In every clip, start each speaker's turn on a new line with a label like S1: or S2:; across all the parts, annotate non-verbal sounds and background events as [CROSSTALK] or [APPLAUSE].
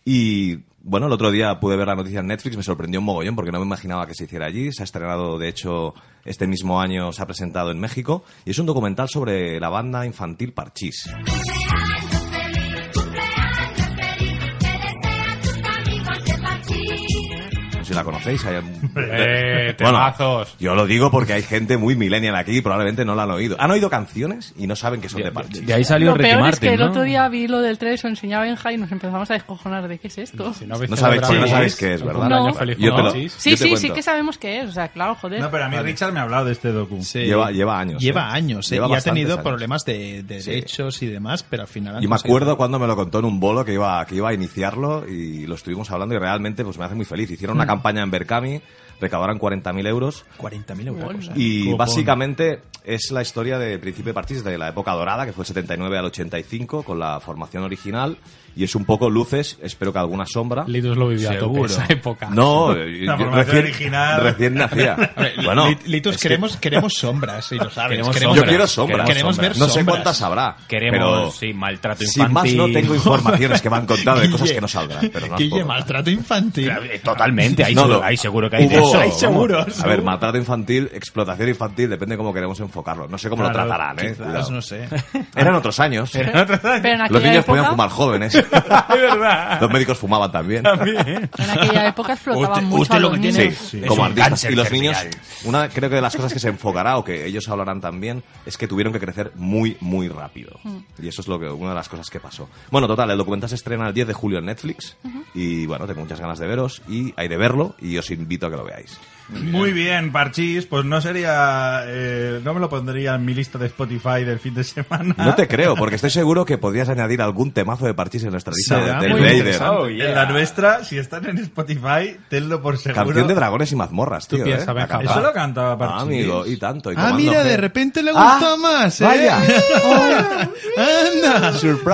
S1: Y bueno, el otro día pude ver la noticia en Netflix, me sorprendió un mogollón porque no me imaginaba que se hiciera allí. Se ha estrenado, de hecho, este mismo año se ha presentado en México y es un documental sobre la banda infantil Parchís. No sé Si la conocéis, hay algún-
S2: Eh,
S1: Bueno,
S2: temazos.
S1: yo lo digo porque hay gente muy millennial aquí y probablemente no la han oído. Han oído canciones y no saben que son de
S3: De,
S1: Parchís.
S3: de ahí salió
S4: Lo
S3: Ricky
S4: peor es
S3: Martin,
S4: que el
S3: ¿no?
S4: otro día vi lo del trailer, se lo enseñaba Benja y nos empezamos a descojonar de qué es esto.
S2: Si no, habéis
S1: No sabéis, porque no
S2: celebrado
S1: sabéis qué es,
S2: el
S1: ¿verdad?
S2: cumpleaños
S4: No.
S2: feliz
S1: Yo te lo-
S2: con Oasis.
S1: Yo
S4: Sí,
S1: te
S4: sí, sí
S1: cuento.
S4: que sabemos qué es. O sea, claro, joder.
S5: No, pero a mí Richard me ha hablado de este docu.
S6: Sí.
S1: Lleva, lleva años.
S6: Lleva
S1: ¿eh?
S6: años, ¿eh?
S1: Lleva
S6: y ha
S1: bastantes
S6: tenido
S1: años.
S6: problemas de, de
S1: Sí.
S6: derechos y demás, pero al final... han
S1: Yo me
S6: conseguido-
S1: acuerdo cuando me lo contó en un bolo que iba, que iba a iniciarlo y lo estuvimos hablando y realmente pues me hace muy feliz. Hicieron
S6: Hmm.
S1: una campaña en Berkami, recaudaron 40.000 euros
S6: 40.000 euros.
S4: Bueno.
S6: o sea,
S3: ¿eh?
S1: y
S6: copón.
S1: básicamente es la historia de Príncipe Parchís de la época dorada, que fue el 79 al 85 con la formación original y es un poco luces, espero que alguna sombra.
S2: Lidus lo vivió a tope
S3: Seguro.
S2: esa época.
S6: [LAUGHS]
S1: No, eh,
S5: La
S1: yo
S5: formación
S1: recién,
S5: original.
S1: recién nacía. Bueno,
S6: Lit- Litus,
S1: es que
S6: queremos, queremos sombras, y lo sabes.
S3: Queremos
S1: yo quiero sombras.
S6: Queremos ver
S1: no sé
S6: sombras.
S1: cuántas habrá.
S3: Queremos,
S1: pero
S3: sí, maltrato
S1: Sin más
S3: infantil.
S1: no
S3: [LAUGHS]
S1: tengo informaciones que me han contado [LAUGHS] de cosas
S6: Guille,
S1: que no saldrán. Pero no las
S6: Guille,
S1: puedo contar.
S6: maltrato infantil.
S3: Totalmente, ahí,
S1: No,
S3: seguro,
S1: no.
S3: ahí seguro que hay
S1: Hubo-
S3: de eso.
S1: Ahí
S6: seguro,
S1: A ver,
S6: seguro.
S1: maltrato infantil, explotación infantil, depende de cómo queremos enfocarlo. No sé cómo
S5: Claro,
S1: lo tratarán, ¿eh?
S6: Quizás,
S1: Cuidado.
S6: no sé.
S1: Eran otros años.
S4: Pero en
S1: Los
S4: aquella
S1: niños
S4: época,
S1: podían fumar jóvenes.
S4: [LAUGHS]
S3: verdad.
S1: Los médicos fumaban también.
S4: En aquella época explotaban
S3: Usted-
S4: mucho
S3: usted
S4: a
S3: lo
S4: los
S3: que
S4: niños.
S3: tiene- Sí.
S1: Sí, como
S3: Es un
S1: artistas.
S3: cáncer
S1: Y los niños,
S3: terminal.
S1: una creo que de las cosas que se enfocará o que ellos hablarán también es que tuvieron que crecer muy, muy rápido.
S6: Mm.
S1: Y eso es lo que una de las cosas que pasó. Bueno, total, el documental se estrena el 10 de julio en Netflix. Y bueno, tengo muchas ganas de veros y hay de verlo y os invito a que lo veáis.
S5: Muy bien, Parchís. Pues no sería. eh, no me lo pondría en mi lista de Spotify del fin de semana.
S6: Ah.
S1: No te creo, porque estoy seguro que podrías añadir algún temazo de parchís en nuestra lista
S6: Será
S1: de, del
S6: muy
S1: Raider.
S6: interesante.
S3: Oh, yeah.
S5: En la nuestra, si están en Spotify, tenlo por seguro.
S1: Canción de dragones y mazmorras,
S2: Tú
S1: tío.
S2: piensa,
S1: ¿eh?
S2: Benja,
S1: Acabado.
S5: Eso lo cantaba Parchís.
S1: Ah, amigo, y tanto. y
S6: Ah,
S1: tomando
S6: mira,
S1: fe.
S6: de repente le
S1: Ah,
S6: gusta más, ¿eh?
S1: Vaya.
S6: ¡Anda!
S1: Surprise.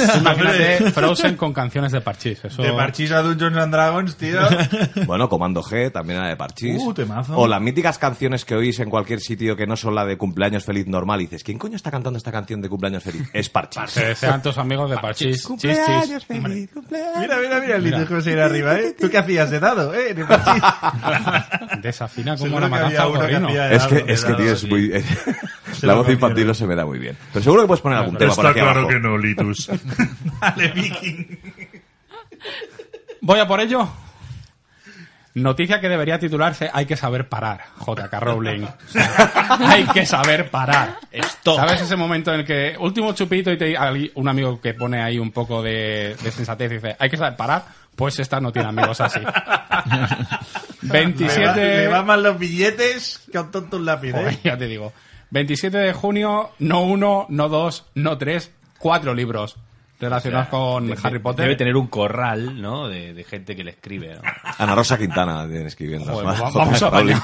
S6: Anda. [LAUGHS]
S2: Imagínate Frozen con canciones de Parchís. Eso...
S5: De Parchís a Dungeons and Dragons,
S1: [LAUGHS]
S5: tío.
S1: Bueno, Comando G, también era de Parchís.
S5: Uh, temazo.
S1: O las míticas canciones que oís en cualquier sitio que no son la de cumpleaños feliz normal. Y dices, ¿quién coño está cantando esta canción de cumpleaños feliz? Es Parchís. [LAUGHS]
S2: Te desean tus amigos de Parchís. Chis, chis.
S1: feliz, cumpleaños.
S5: Mira, mira, mira, el litro José ir arriba, ¿eh? ¿Tú qué hacías de dado, eh? En el
S1: [LAUGHS]
S5: Parchís.
S2: Desafina como
S5: Seguro
S2: una
S5: que había
S2: matanza al
S5: uno que
S2: gorrino.
S5: hacía de
S1: Es que,
S5: dado, de
S1: es que,
S5: dado,
S1: tío, es
S5: sí.
S1: muy... [LAUGHS]
S5: Se
S1: La
S5: lo
S1: voz infantil
S5: confiero.
S1: no se me da muy bien. Pero seguro que puedes poner algún tema por
S5: Está
S1: aquí
S5: claro
S1: abajo.
S5: que no, [LAUGHS] Litus. Dale, Viking.
S2: ¿Voy a por ello? Noticia que debería titularse Hay que saber parar, JK Rowling. Hay que saber parar.
S6: Stop.
S2: ¿Sabes ese momento en el que último chupito y te, alguien- un amigo que pone ahí un poco de, de sensatez y dice Hay que saber parar? Pues esta no tiene amigos así.
S5: Me va-
S2: 27...
S5: Me van mal los billetes que un tonto un lápiz,
S2: Joder,
S5: ¿eh?
S2: ya te digo. 27 de junio, no uno, no dos, no tres, cuatro libros relacionados con Harry Potter.
S3: Debe tener un corral, ¿no? De, de gente que le escribe. ¿no?
S1: Ana Rosa Quintana tiene escribiendo.
S2: Joder,
S1: Más
S2: va-
S1: J.
S2: vamos a
S1: Rowling.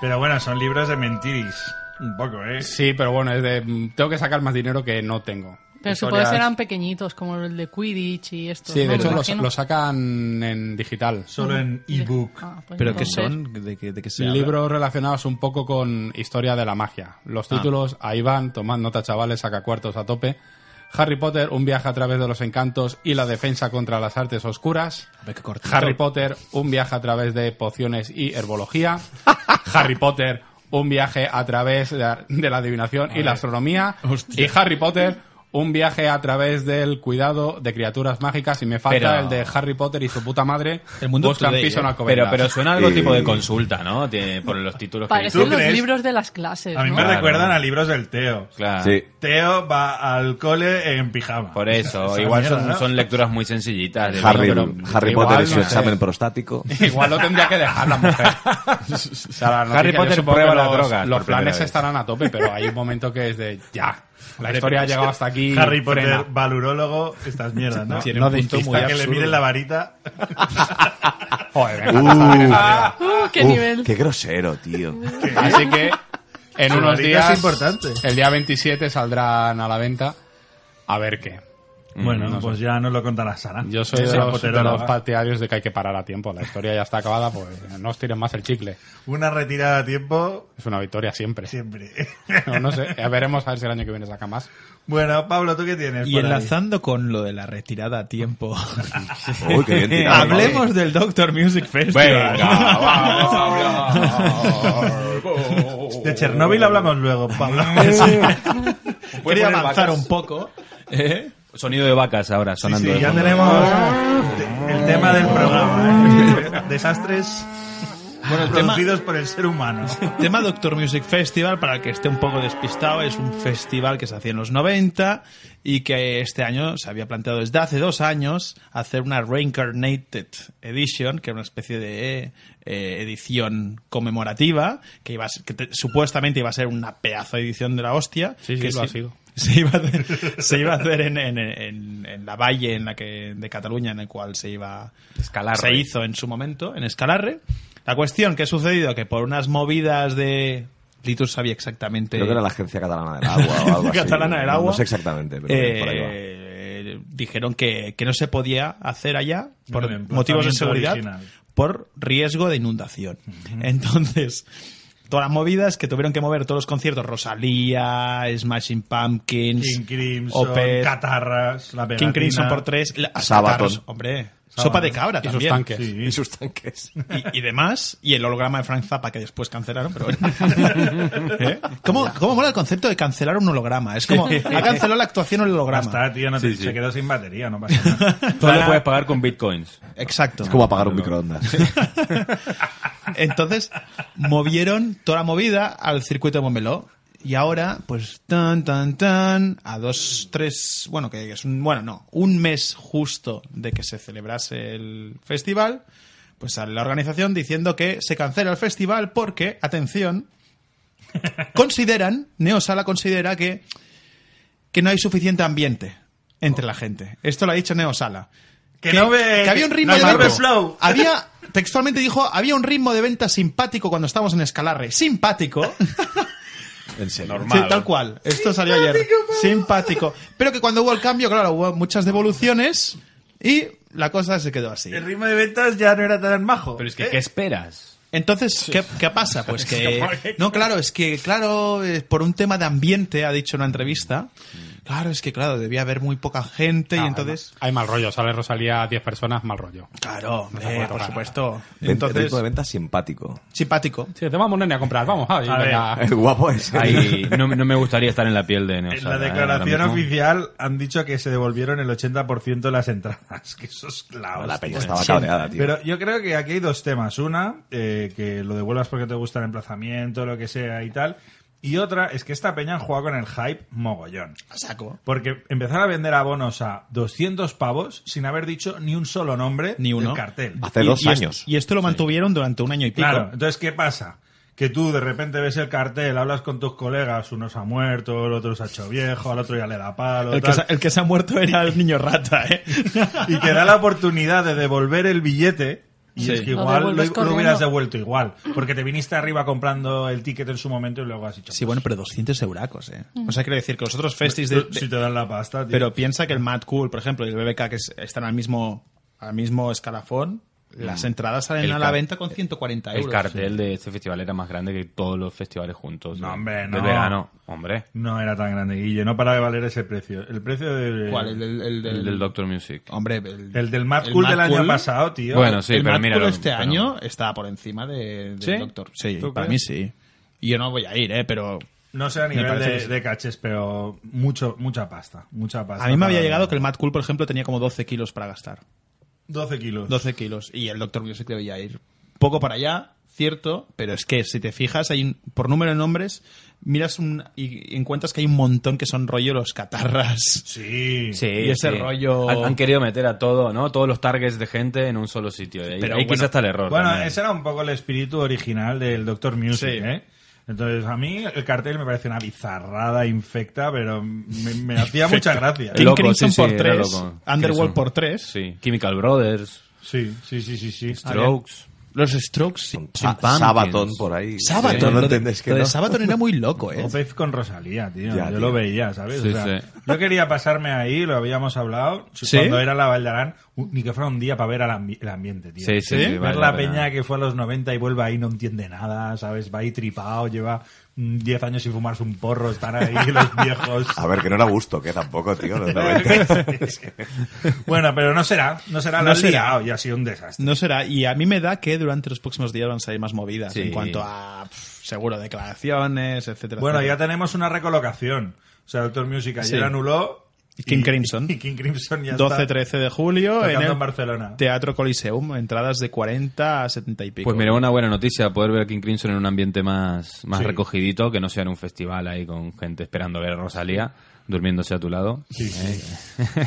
S5: Pero bueno, son libros de mentiris. Un poco, ¿eh?
S2: Sí, pero bueno, es de, mm, tengo que sacar más dinero que no tengo.
S4: Pero supongo
S2: Historias-
S4: que eran pequeñitos, como el de Quidditch y esto.
S2: Sí, de hecho los-
S4: Ah,
S2: lo sacan en digital.
S5: Solo en
S4: pues
S5: ebook.
S6: ¿Pero qué son? ¿De qué, de qué se habla?
S2: Libros relacionados un poco con historia de la magia. Los títulos, ahí van, tomad nota chavales, saca cuartos a tope. Harry Potter, un viaje a través de los encantos y la defensa contra las artes oscuras.
S6: A ver, qué cortito.
S2: Harry Potter, un viaje a través de pociones y
S3: [LAUGHS]
S2: herbología. Harry Potter, un viaje a través de la, de la adivinación y la astronomía.
S6: Hostia.
S2: Y Harry Potter, un viaje a través del cuidado de criaturas mágicas. Y me falta
S3: Pero-
S2: el de Harry Potter y su puta madre.
S6: El mundo
S2: buscan
S6: today,
S2: piso en
S6: ¿eh?
S2: Alcobendas.
S3: Pero, pero suena algo
S1: Y-
S3: tipo de consulta, ¿no? Tiene- por los títulos que
S5: ¿Tú
S4: Parecen los
S5: crees?
S4: libros de las clases,
S5: A mí
S4: ¿no?
S5: me
S4: [LAUGHS]
S3: Claro.
S5: recuerdan a libros del Teo.
S3: Claro.
S1: Sí.
S5: Teo va al cole en pijama.
S3: Por eso,
S5: Esa
S3: igual
S5: mierda,
S3: son,
S5: ¿no?
S3: son lecturas muy sencillitas. de
S1: Harry,
S3: libro,
S1: Harry
S2: igual,
S1: Potter y su
S2: no sé. [LAUGHS]
S1: examen prostático.
S2: [LAUGHS] Igual lo tendría que dejar la
S3: [LAUGHS]
S2: mujer. O sea, la noticia,
S3: Harry
S2: yo
S3: Potter
S2: supongo
S3: prueba
S2: que
S3: las
S2: los-
S3: drogas
S2: Los
S3: por primera
S2: planes
S3: vez.
S2: estarán a tope, pero hay un momento que es de ya. La historia ha llegado hasta aquí.
S5: Harry Potter,
S2: frena.
S5: valurólogo, estas mierdas, ¿no?
S6: Tiene
S2: No
S6: un punto
S2: dentista
S6: muy
S5: Hasta que le
S6: absurdo.
S5: miren la varita.
S2: Joder, venga,
S1: Uh,
S4: Uh, qué
S1: uf,
S4: nivel.
S1: qué grosero, tío.
S2: Así que en
S5: Su
S2: unos
S5: varita es
S2: días,
S5: importante.
S2: el día 27 saldrán a la venta. A ver qué.
S5: Bueno, pues ya nos lo contará Sara.
S2: Yo soy de
S5: Sara
S2: los,
S5: Potero,
S2: de los
S5: la-
S2: partidarios de que hay que parar a tiempo. La historia ya está acabada, pues no os tiren más el chicle.
S5: Una retirada a tiempo
S2: Es una victoria siempre.
S5: siempre. [LAUGHS]
S2: No, no sé, ya veremos a ver si el año que viene saca más.
S5: bueno, Pablo, ¿tú qué tienes?
S6: Y
S5: por ahí?
S6: enlazando con lo de la retirada a tiempo, [LAUGHS]
S1: Uy, qué bien tirado,
S6: hablemos del Doctor Music Festival.
S2: [LAUGHS]
S5: De Chernóbil hablamos luego, Pablo.
S6: Quería avanzar un poco. ¿eh?
S3: Sonido de vacas ahora sonando.
S5: Sí,
S3: de
S5: ya
S3: fondo.
S5: tenemos te- el tema del programa. ¿eh? Desastres
S6: Bueno, el tema,
S5: producidos por el ser humano.
S6: tema Doctor Music Festival, para el que esté un poco despistado, es un festival que se hacía en los 90 y que este año se había planteado desde hace dos años hacer una Reincarnated Edition, que era una especie de eh, edición conmemorativa, que, iba a ser- que te- supuestamente iba a ser una pedazo de edición de la hostia.
S2: Sí, sí,
S6: que
S2: lo ha sido.
S6: [LAUGHS] se iba a hacer, se iba a hacer en, en- en- en la valle en la que, de Cataluña en el cual se iba
S3: Escalarre.
S6: se hizo en su momento en Escalarre la cuestión que ha sucedido que por unas movidas de Litus sabía exactamente
S1: Creo que era la Agencia Catalana del Agua
S6: [LAUGHS]
S1: o algo así.
S6: Catalana del
S1: No-
S6: Agua.
S1: No sé exactamente, pero por ahí va.
S6: eh, dijeron que, que no se podía hacer allá por
S5: El emplazamiento
S6: motivos de seguridad
S5: original.
S6: por riesgo de inundación. Entonces, todas las movidas que tuvieron que mover todos los conciertos, Rosalía, Smashing Pumpkins,
S5: King Crimson,
S6: Opeth,
S5: Catarras, la
S6: King
S5: pegatina.
S6: Crimson por tres, la- hasta
S1: Sabaton.
S6: Carlos, hombre, sopa de cabra
S2: Y sus
S6: también.
S2: tanques.
S5: Sí.
S1: Y sus tanques.
S6: y, y demás, y el holograma de Frank Zappa que después cancelaron, pero bueno.
S1: [LAUGHS]
S6: ¿Eh? ¿Cómo, ¿Cómo mola el concepto de cancelar un holograma? Es como, ha cancelado la actuación el
S5: Ya
S6: holograma.
S5: está, tío, no te-
S3: Sí, sí.
S5: se quedó sin batería, no pasa nada.
S3: [LAUGHS] Todo lo puedes pagar con bitcoins.
S6: Exacto.
S1: Es como apagar un microondas.
S6: Entonces, movieron toda la movida al circuito de Montmeló. Y ahora, pues, tan, tan, tan, a dos, tres, bueno, que es un, bueno, no, un mes justo de que se celebrase el festival, pues sale la organización diciendo que se cancela el festival porque, atención, [LAUGHS] consideran, Neosala considera que, que no hay suficiente ambiente entre la gente. Esto lo ha dicho Neosala.
S5: Que no ve-
S6: que había un ritmo
S5: no
S6: de
S5: sabe
S6: ventas.
S5: flow.
S6: [LAUGHS] Había, textualmente dijo, había un ritmo de venta simpático cuando estábamos en Escalarre. Simpático.
S1: [LAUGHS] En serio.
S6: Sí,
S5: ¿eh?
S6: tal cual. Esto salió ayer. Simpático. Pero que cuando hubo el cambio, claro, hubo muchas devoluciones y la cosa se quedó así.
S5: El ritmo de ventas ya no era tan majo. Eh,
S3: Pero es que, ¿qué esperas?
S6: Entonces, ¿qué, qué pasa? [LAUGHS] Pues que... No, claro, es que, claro, eh, por un tema de ambiente, ha dicho en una entrevista, claro, es que, claro, debía haber muy poca gente y
S2: Ah,
S6: entonces...
S2: Hay mal rollo, sale Rosalía a 10 personas, mal rollo.
S6: Claro, hombre,
S2: puede
S6: por
S2: tocar.
S6: supuesto.
S1: Entonces...
S6: Entonces,
S1: Ritmo de venta simpático.
S6: simpático.
S2: Sí, te vamos, nene, a comprar, vamos. ay,
S5: A ver.
S2: venga.
S1: Guapo ese.
S3: [LAUGHS] Ahí no, no me gustaría estar en la piel de
S5: En la
S3: Neosala. ¿eh?
S5: declaración
S3: Ahora mismo.
S5: oficial han dicho que se devolvieron el 80% de las entradas, [LAUGHS] que eso es la
S1: [LAUGHS] La
S5: hostia.
S1: peña estaba cabreada, tío.
S5: Pero yo creo que aquí hay dos temas. Una, eh, que lo devuelvas porque te gusta el emplazamiento, lo que sea y tal. Y otra es que esta peña han jugado con el hype mogollón.
S6: A saco.
S5: Porque empezar a vender abonos a 200 pavos sin haber dicho ni un solo nombre
S6: Ni uno.
S5: del cartel.
S1: Hace dos
S6: y est-
S1: años.
S6: Y esto lo mantuvieron durante un año y pico.
S5: Claro, entonces, ¿qué pasa? Que tú de repente ves el cartel, hablas con tus colegas, uno se ha muerto, el otro se ha hecho viejo, al otro ya le da palo.
S6: El que,
S5: tal.
S6: se, el que se ha muerto era el niño rata, [LAUGHS] ¿eh?
S5: y te da la oportunidad de devolver el billete. Y es que
S4: Lo
S5: igual lo,
S4: devuelves
S5: lo
S4: corriendo.
S5: hubieras devuelto igual. Porque te viniste arriba comprando el ticket en su momento y luego has dicho.
S6: Sí, bueno, pero 200 euracos, ¿eh? O sea, quiero decir que los otros
S5: pues,
S6: festis de,
S5: si
S6: de-
S5: te dan la pasta, tío.
S6: Pero piensa que el Mad Cool, por ejemplo, y el BBK, que es- están al mismo, al mismo escalafón, las entradas
S3: Mm.
S6: salen
S3: El
S6: a la
S3: car-
S6: venta con 140 euros.
S3: El cartel de este festival era más grande que todos los festivales juntos.
S5: No,
S3: ¿eh?
S5: hombre,
S3: De
S5: no.
S3: verano, hombre.
S5: No era tan grande, Guille. No para de valer ese precio. El precio de.
S6: ¿Cuál? El, del- el del-
S3: El del Doctor Music.
S6: Hombre, el,
S5: El del Mad
S6: el
S5: Cool del año
S6: Cool,
S5: pasado, tío.
S3: Bueno, sí,
S6: el
S3: pero
S6: Mad
S3: mira.
S6: Cool
S3: lo-
S6: este
S3: pero-
S6: año está por encima de, del
S3: ¿Sí?
S6: Doctor. Sí,
S3: ¿Tú
S6: para mí
S3: crees?
S6: sí. Y yo no voy a ir, ¿eh? Pero
S5: No sé a
S6: Me
S5: nivel
S6: parece
S5: de,
S6: que sí.
S5: de caches, pero mucho, mucha pasta. Mucha pasta.
S6: a mí me había
S5: para-
S6: llegado que el Mad Cool, por ejemplo, tenía como 12 kilos para gastar.
S5: 12 kilos.
S6: 12 Pues kilos. Y el Doctor Music debía ir poco para allá, cierto, pero es que si te fijas, hay un- por número de nombres, miras un, y encuentras que hay un montón que son rollo los catarras.
S5: Sí.
S3: Sí,
S6: Y ese
S3: sí.
S6: rollo-
S3: Han, han querido meter a todo, ¿no? Todos los targets de gente en un solo sitio. Y ahí,
S6: Pero
S3: ahí
S6: bueno-
S3: quizás está el error.
S5: Bueno,
S3: también.
S5: ese era un poco el espíritu original del Doctor Music,
S6: Sí.
S5: ¿eh? Entonces, a mí el cartel me parece una bizarrada, infecta, pero me, me hacía mucha gracia.
S3: El-
S6: King
S3: Loco,
S6: Crimson
S3: sí, sí,
S6: por
S3: era
S6: 3,
S3: loco.
S6: Underworld
S3: Eso.
S6: por 3,
S3: Sí. Chemical Brothers,
S5: Sí, sí, sí, sí, sí.
S3: Strokes.
S6: los Strokes, sí.
S1: Ah,
S3: pumpkins.
S1: Sabaton por ahí.
S6: Sabaton,
S1: Sí, no
S6: lo de-
S1: entendés que
S6: lo de
S1: no.
S6: Sabaton era muy loco, ¿eh?
S5: Opez con Rosalía, tío.
S1: Ya,
S5: Yo
S1: tío.
S5: lo veía, ¿sabes?
S3: Sí,
S5: O sea,
S3: sí.
S5: Yo quería pasarme ahí, lo habíamos hablado,
S6: ¿Sí?
S5: cuando era la Valdarán, u- ni que fuera un día para ver al ambi- el ambiente, tío.
S3: Sí, sí,
S6: ¿Sí?
S3: sí,
S5: Ver
S3: vale
S5: la
S3: pena.
S5: peña que fue a los 90 y vuelve ahí, no entiende nada, ¿sabes? Va ahí tripado, lleva mm, 10 años sin fumarse un porro, están ahí [LAUGHS] los viejos.
S6: [LAUGHS]
S1: A ver, que no era gusto, que tampoco, tío.
S5: [LAUGHS]
S1: los 90.
S5: bueno, pero no será, no será, lo
S6: No
S5: has
S6: será.
S5: liado y ha sido un desastre.
S6: No será, y a mí me da que durante los próximos días van a salir más movidas
S3: Sí.
S6: en cuanto a pf, seguro declaraciones, etcétera.
S5: Bueno, ya
S6: etcétera.
S5: tenemos una recolocación. O sea, Doctor Music ayer
S6: Sí.
S5: anuló.
S6: Y King Crimson.
S5: [LAUGHS] Y King Crimson ya
S6: 12-13 de julio
S5: tocando
S6: en el
S5: en Barcelona.
S6: Teatro Coliseum, entradas de 40 a 70 y pico.
S3: Pues mira, una buena noticia poder ver a King Crimson en un ambiente más, más
S5: Sí.
S3: recogidito, que no sea en un festival ahí con gente esperando ver a Rosalía durmiéndose a tu lado.
S5: Sí, sí.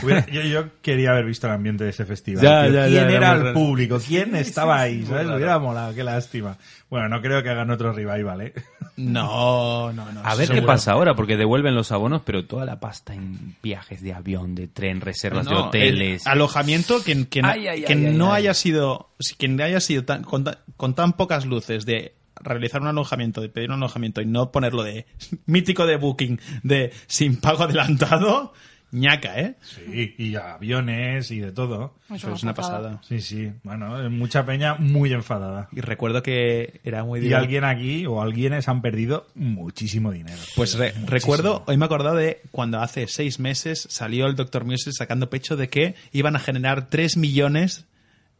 S5: Hubiera- yo, yo quería haber visto el ambiente de ese festival.
S3: Eh. Ya,
S5: tío.
S3: ya, ya,
S5: ¿Quién
S3: era
S5: era
S3: muy
S5: el
S3: raro.
S5: público? ¿Quién estaba ahí? ¿Sabes? Hubiera molado, qué lástima. Bueno, no creo que hagan otro revival, ¿eh?
S6: No, no, no.
S3: A ver
S6: seguro.
S3: qué pasa ahora, porque devuelven los abonos, pero toda la pasta en viajes de avión, de tren, reservas de
S6: No,
S3: hoteles.
S6: el alojamiento, quien, quien,
S3: Ay, ay,
S6: quien
S3: ay, ay,
S6: no
S3: ay.
S6: haya sido, quien haya sido tan- con, ta- con tan pocas luces de realizar un alojamiento, de pedir un alojamiento y no ponerlo de [LAUGHS] mítico de booking, de sin pago adelantado, ñaca, ¿eh?
S5: Sí, [LAUGHS] y aviones y de todo.
S6: Eso es una pasada.
S5: Sí, sí. Bueno, eh, mucha peña muy enfadada.
S6: Y recuerdo que era muy
S5: Y alguien aquí o alguienes han perdido muchísimo dinero.
S6: Pues re- recuerdo, hoy me he acordado de cuando hace seis meses salió el Dr. Music sacando pecho de que iban a generar 3 millones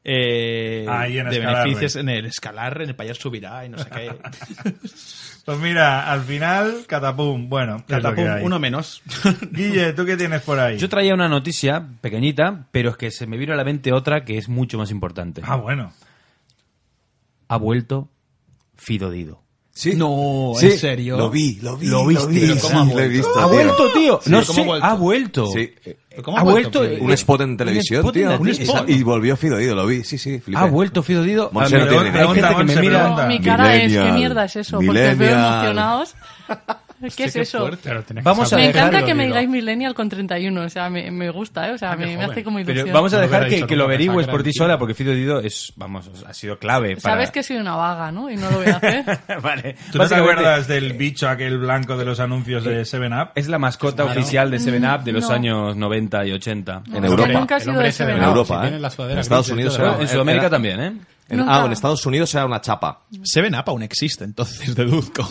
S6: eh,
S5: Ahí en
S6: de
S5: Escalarre.
S6: beneficios en el escalar, en el payar subirá y no sé
S5: [LAUGHS]
S6: qué.
S5: Pues mira, al final, catapum. Bueno,
S6: Catapum,
S5: catapum,
S3: [LAUGHS]
S6: uno menos.
S5: Guille, ¿tú qué tienes por ahí?
S3: Yo traía una noticia pequeñita, pero es que se me vino a la mente otra que es mucho más importante.
S5: ah, bueno.
S3: Ha vuelto Fido Dido.
S6: [LAUGHS] No,
S1: Sí,
S6: en serio.
S1: Lo vi, lo vi.
S6: Lo viste,
S1: vi,
S6: pero ¿cómo ha
S1: sí, lo he
S6: vuelto?
S1: visto.
S3: ¡Ha
S1: Ah, tío.
S3: vuelto, tío!
S6: Sí,
S3: no
S6: ¿cómo
S3: sé,
S6: ha vuelto?
S3: ha vuelto.
S1: Sí. eh,
S2: ah,
S6: ¿Cómo
S3: ha vuelto?
S6: tío?
S1: Un spot en
S3: eh, Un
S1: televisión,
S3: spot en
S1: tío.
S3: la tele.
S1: Y sa- Y volvió Fido Dido, lo vi. Sí, sí, flipé.
S3: Ha vuelto Fido Dido.
S1: Monse
S3: Ah,
S1: no
S3: me-
S1: tiene
S3: hay
S1: ni
S3: gente
S5: idea.
S3: que me
S5: Pregunta,
S3: mira.
S5: Monse,
S4: No, mi cara es, ¿qué
S1: Millennial,
S4: mierda es eso? Porque os veo
S1: millennial.
S4: emocionados. ¿Qué es eso?
S3: Vamos a
S4: Me
S3: dejar-
S4: encanta que me digáis millennial con 31, o sea, me, me gusta, ¿eh? o sea, me, me hace como ilusión.
S3: Pero vamos a
S2: No lo
S3: dejar
S2: hubiera
S3: que,
S2: dicho
S3: que lo
S2: nunca, pensaba
S3: averigües
S2: que
S3: por
S2: era
S3: ti
S2: mentira.
S3: sola, porque Fido Dido es, vamos, ha sido clave. para-
S4: Sabes que soy una vaga, ¿no? Y no lo voy a hacer.
S3: [LAUGHS] vale.
S5: ¿Tú no te
S3: Básicamente,
S5: acuerdas del bicho aquel blanco de los anuncios de Seven Up?
S3: Es la mascota oficial de 7up de los
S4: No.
S3: años 90 y 80.
S1: [LAUGHS] En
S4: No,
S1: Europa.
S4: nunca ha sido de
S1: En
S4: Severo.
S1: Europa,
S2: Si
S1: ¿eh?
S2: tienen la sudadera
S1: en Estados
S2: gris,
S1: Unidos
S2: esto
S1: era,
S2: era-
S3: en Sudamérica
S1: era-
S3: también, ¿eh?
S1: en-
S4: Nunca.
S1: ah, en Estados Unidos era una chapa.
S6: Seven Up aún existe, entonces, deduzco.